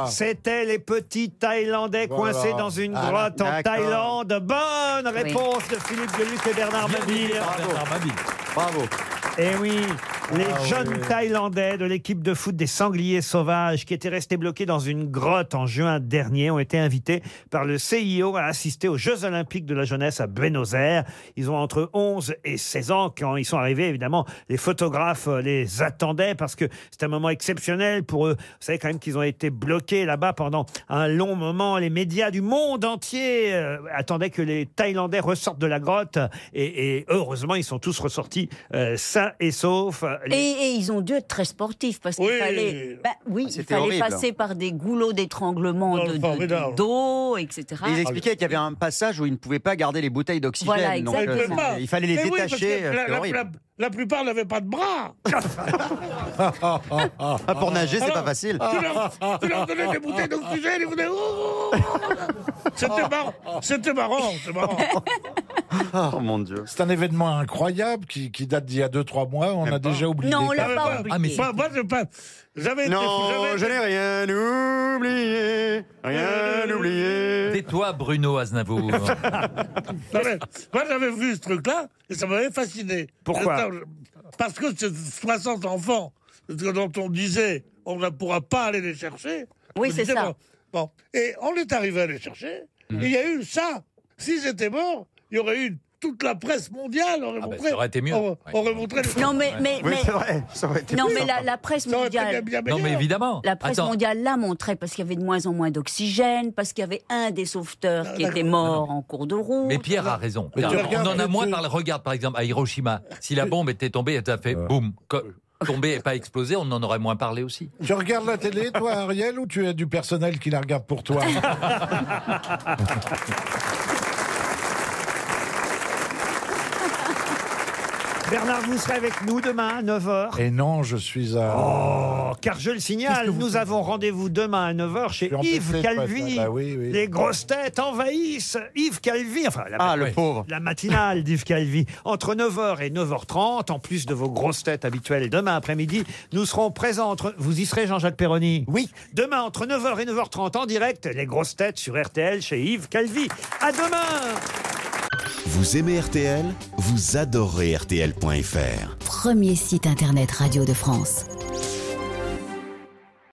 vie. C'était les petits Thaïlandais Voilà. coincés dans une Ah, grotte en d'accord. Thaïlande. Bonne réponse de Philippe Deluc et Bernard Bien dit Mabille. par Bernard Mabille. Bravo. Eh oui, les Ah jeunes oui. Thaïlandais de l'équipe de foot des Sangliers Sauvages qui étaient restés bloqués dans une grotte en juin dernier ont été invités par le CIO à assister aux Jeux Olympiques de la jeunesse à Buenos Aires. Ils ont entre 11 et 16 ans. Quand ils sont arrivés, évidemment, les photographes euh, les attendaient parce que c'est un moment exceptionnel pour eux. Vous savez quand même qu'ils ont été bloqués là-bas pendant un long moment. Les médias du monde entier euh, attendaient que les Thaïlandais ressortent de la grotte. Et, et heureusement, ils sont tous ressortis euh, sains et saufs. euh, Et, et ils ont dû être très sportifs parce qu'il Oui. fallait, bah oui, il c'était fallait horrible. passer par des goulots d'étranglement de, de- de dos, etc. Et Ils expliquaient qu'il y avait un passage où ils ne pouvaient pas garder les bouteilles d'oxygène. Voilà, donc, exactement. euh, c'était- il fallait les Mais oui, parce que détacher. euh, la, c'était la- horrible. la- la plupart n'avaient pas de bras. Ah, pour nager, c'est Alors, pas facile. Tu leur, tu leur donnais des bouteilles d'oxygène, ils venaient. Oh C'était marrant, c'était marrant, c'est marrant. Ah, Oh mon Dieu. C'est un événement incroyable qui, qui date d'il y a 2-3 mois. Eh On ben. a déjà oublié. bah, Ah, mais moi, moi, je pas. J'avais Non, je n'ai rien oublié, rien Euh, oublié. Tais-toi, Bruno Aznavour. moi, j'avais vu ce truc-là et ça m'avait fasciné. Pourquoi Attends, je- Parce que c'est 60 enfants que- dont on disait on ne pourra pas aller les chercher. Oui, Je c'est disais, ça. bon, bon. et on est arrivé à les chercher. Mmh. Et il y a eu ça. S'ils étaient morts, il y aurait eu toute la presse mondiale. Aurait montré, Ah ben, ça aurait été mieux. aurait- aurait montré les- Non, mais- mais- Oui, mais- c'est vrai, ça Non, mais la, la presse Ça aurait été mondiale. bien- bien Non, mais meilleur. évidemment. La presse Attends. mondiale l'a montré parce qu'il y avait de moins en moins d'oxygène, parce qu'il y avait un des sauveteurs qui était mort en cours de route. Mais Pierre a raison. Mais tu Car regardes- on en a moins par le regard, par exemple, à Hiroshima. Si la bombe était tombée, elle a fait boum, co- tombée et pas explosée, on en aurait moins parlé aussi. Tu regardes la télé, toi, Ariel, ou tu as du personnel qui la regarde pour toi Bernard, vous serez avec nous demain à 9h. Et non, je suis à. Oh, car je le signale, nous avons rendez-vous demain à 9h chez suis embêté de Yves pas Calvi. être là. Bah oui, oui. Les grosses têtes envahissent Yves Calvi. Enfin, la, Ah, le pauvre. la matinale d'Yves Calvi. Entre 9h et 9h30, en plus de vos grosses têtes habituelles demain après-midi, nous serons présents. entre- Vous y serez, Jean-Jacques Perroni Oui. Demain, entre 9h et 9h30, en direct, les grosses têtes sur RTL chez Yves Calvi. À demain Vous aimez RTL Vous adorez RTL.fr. Premier site internet radio de France.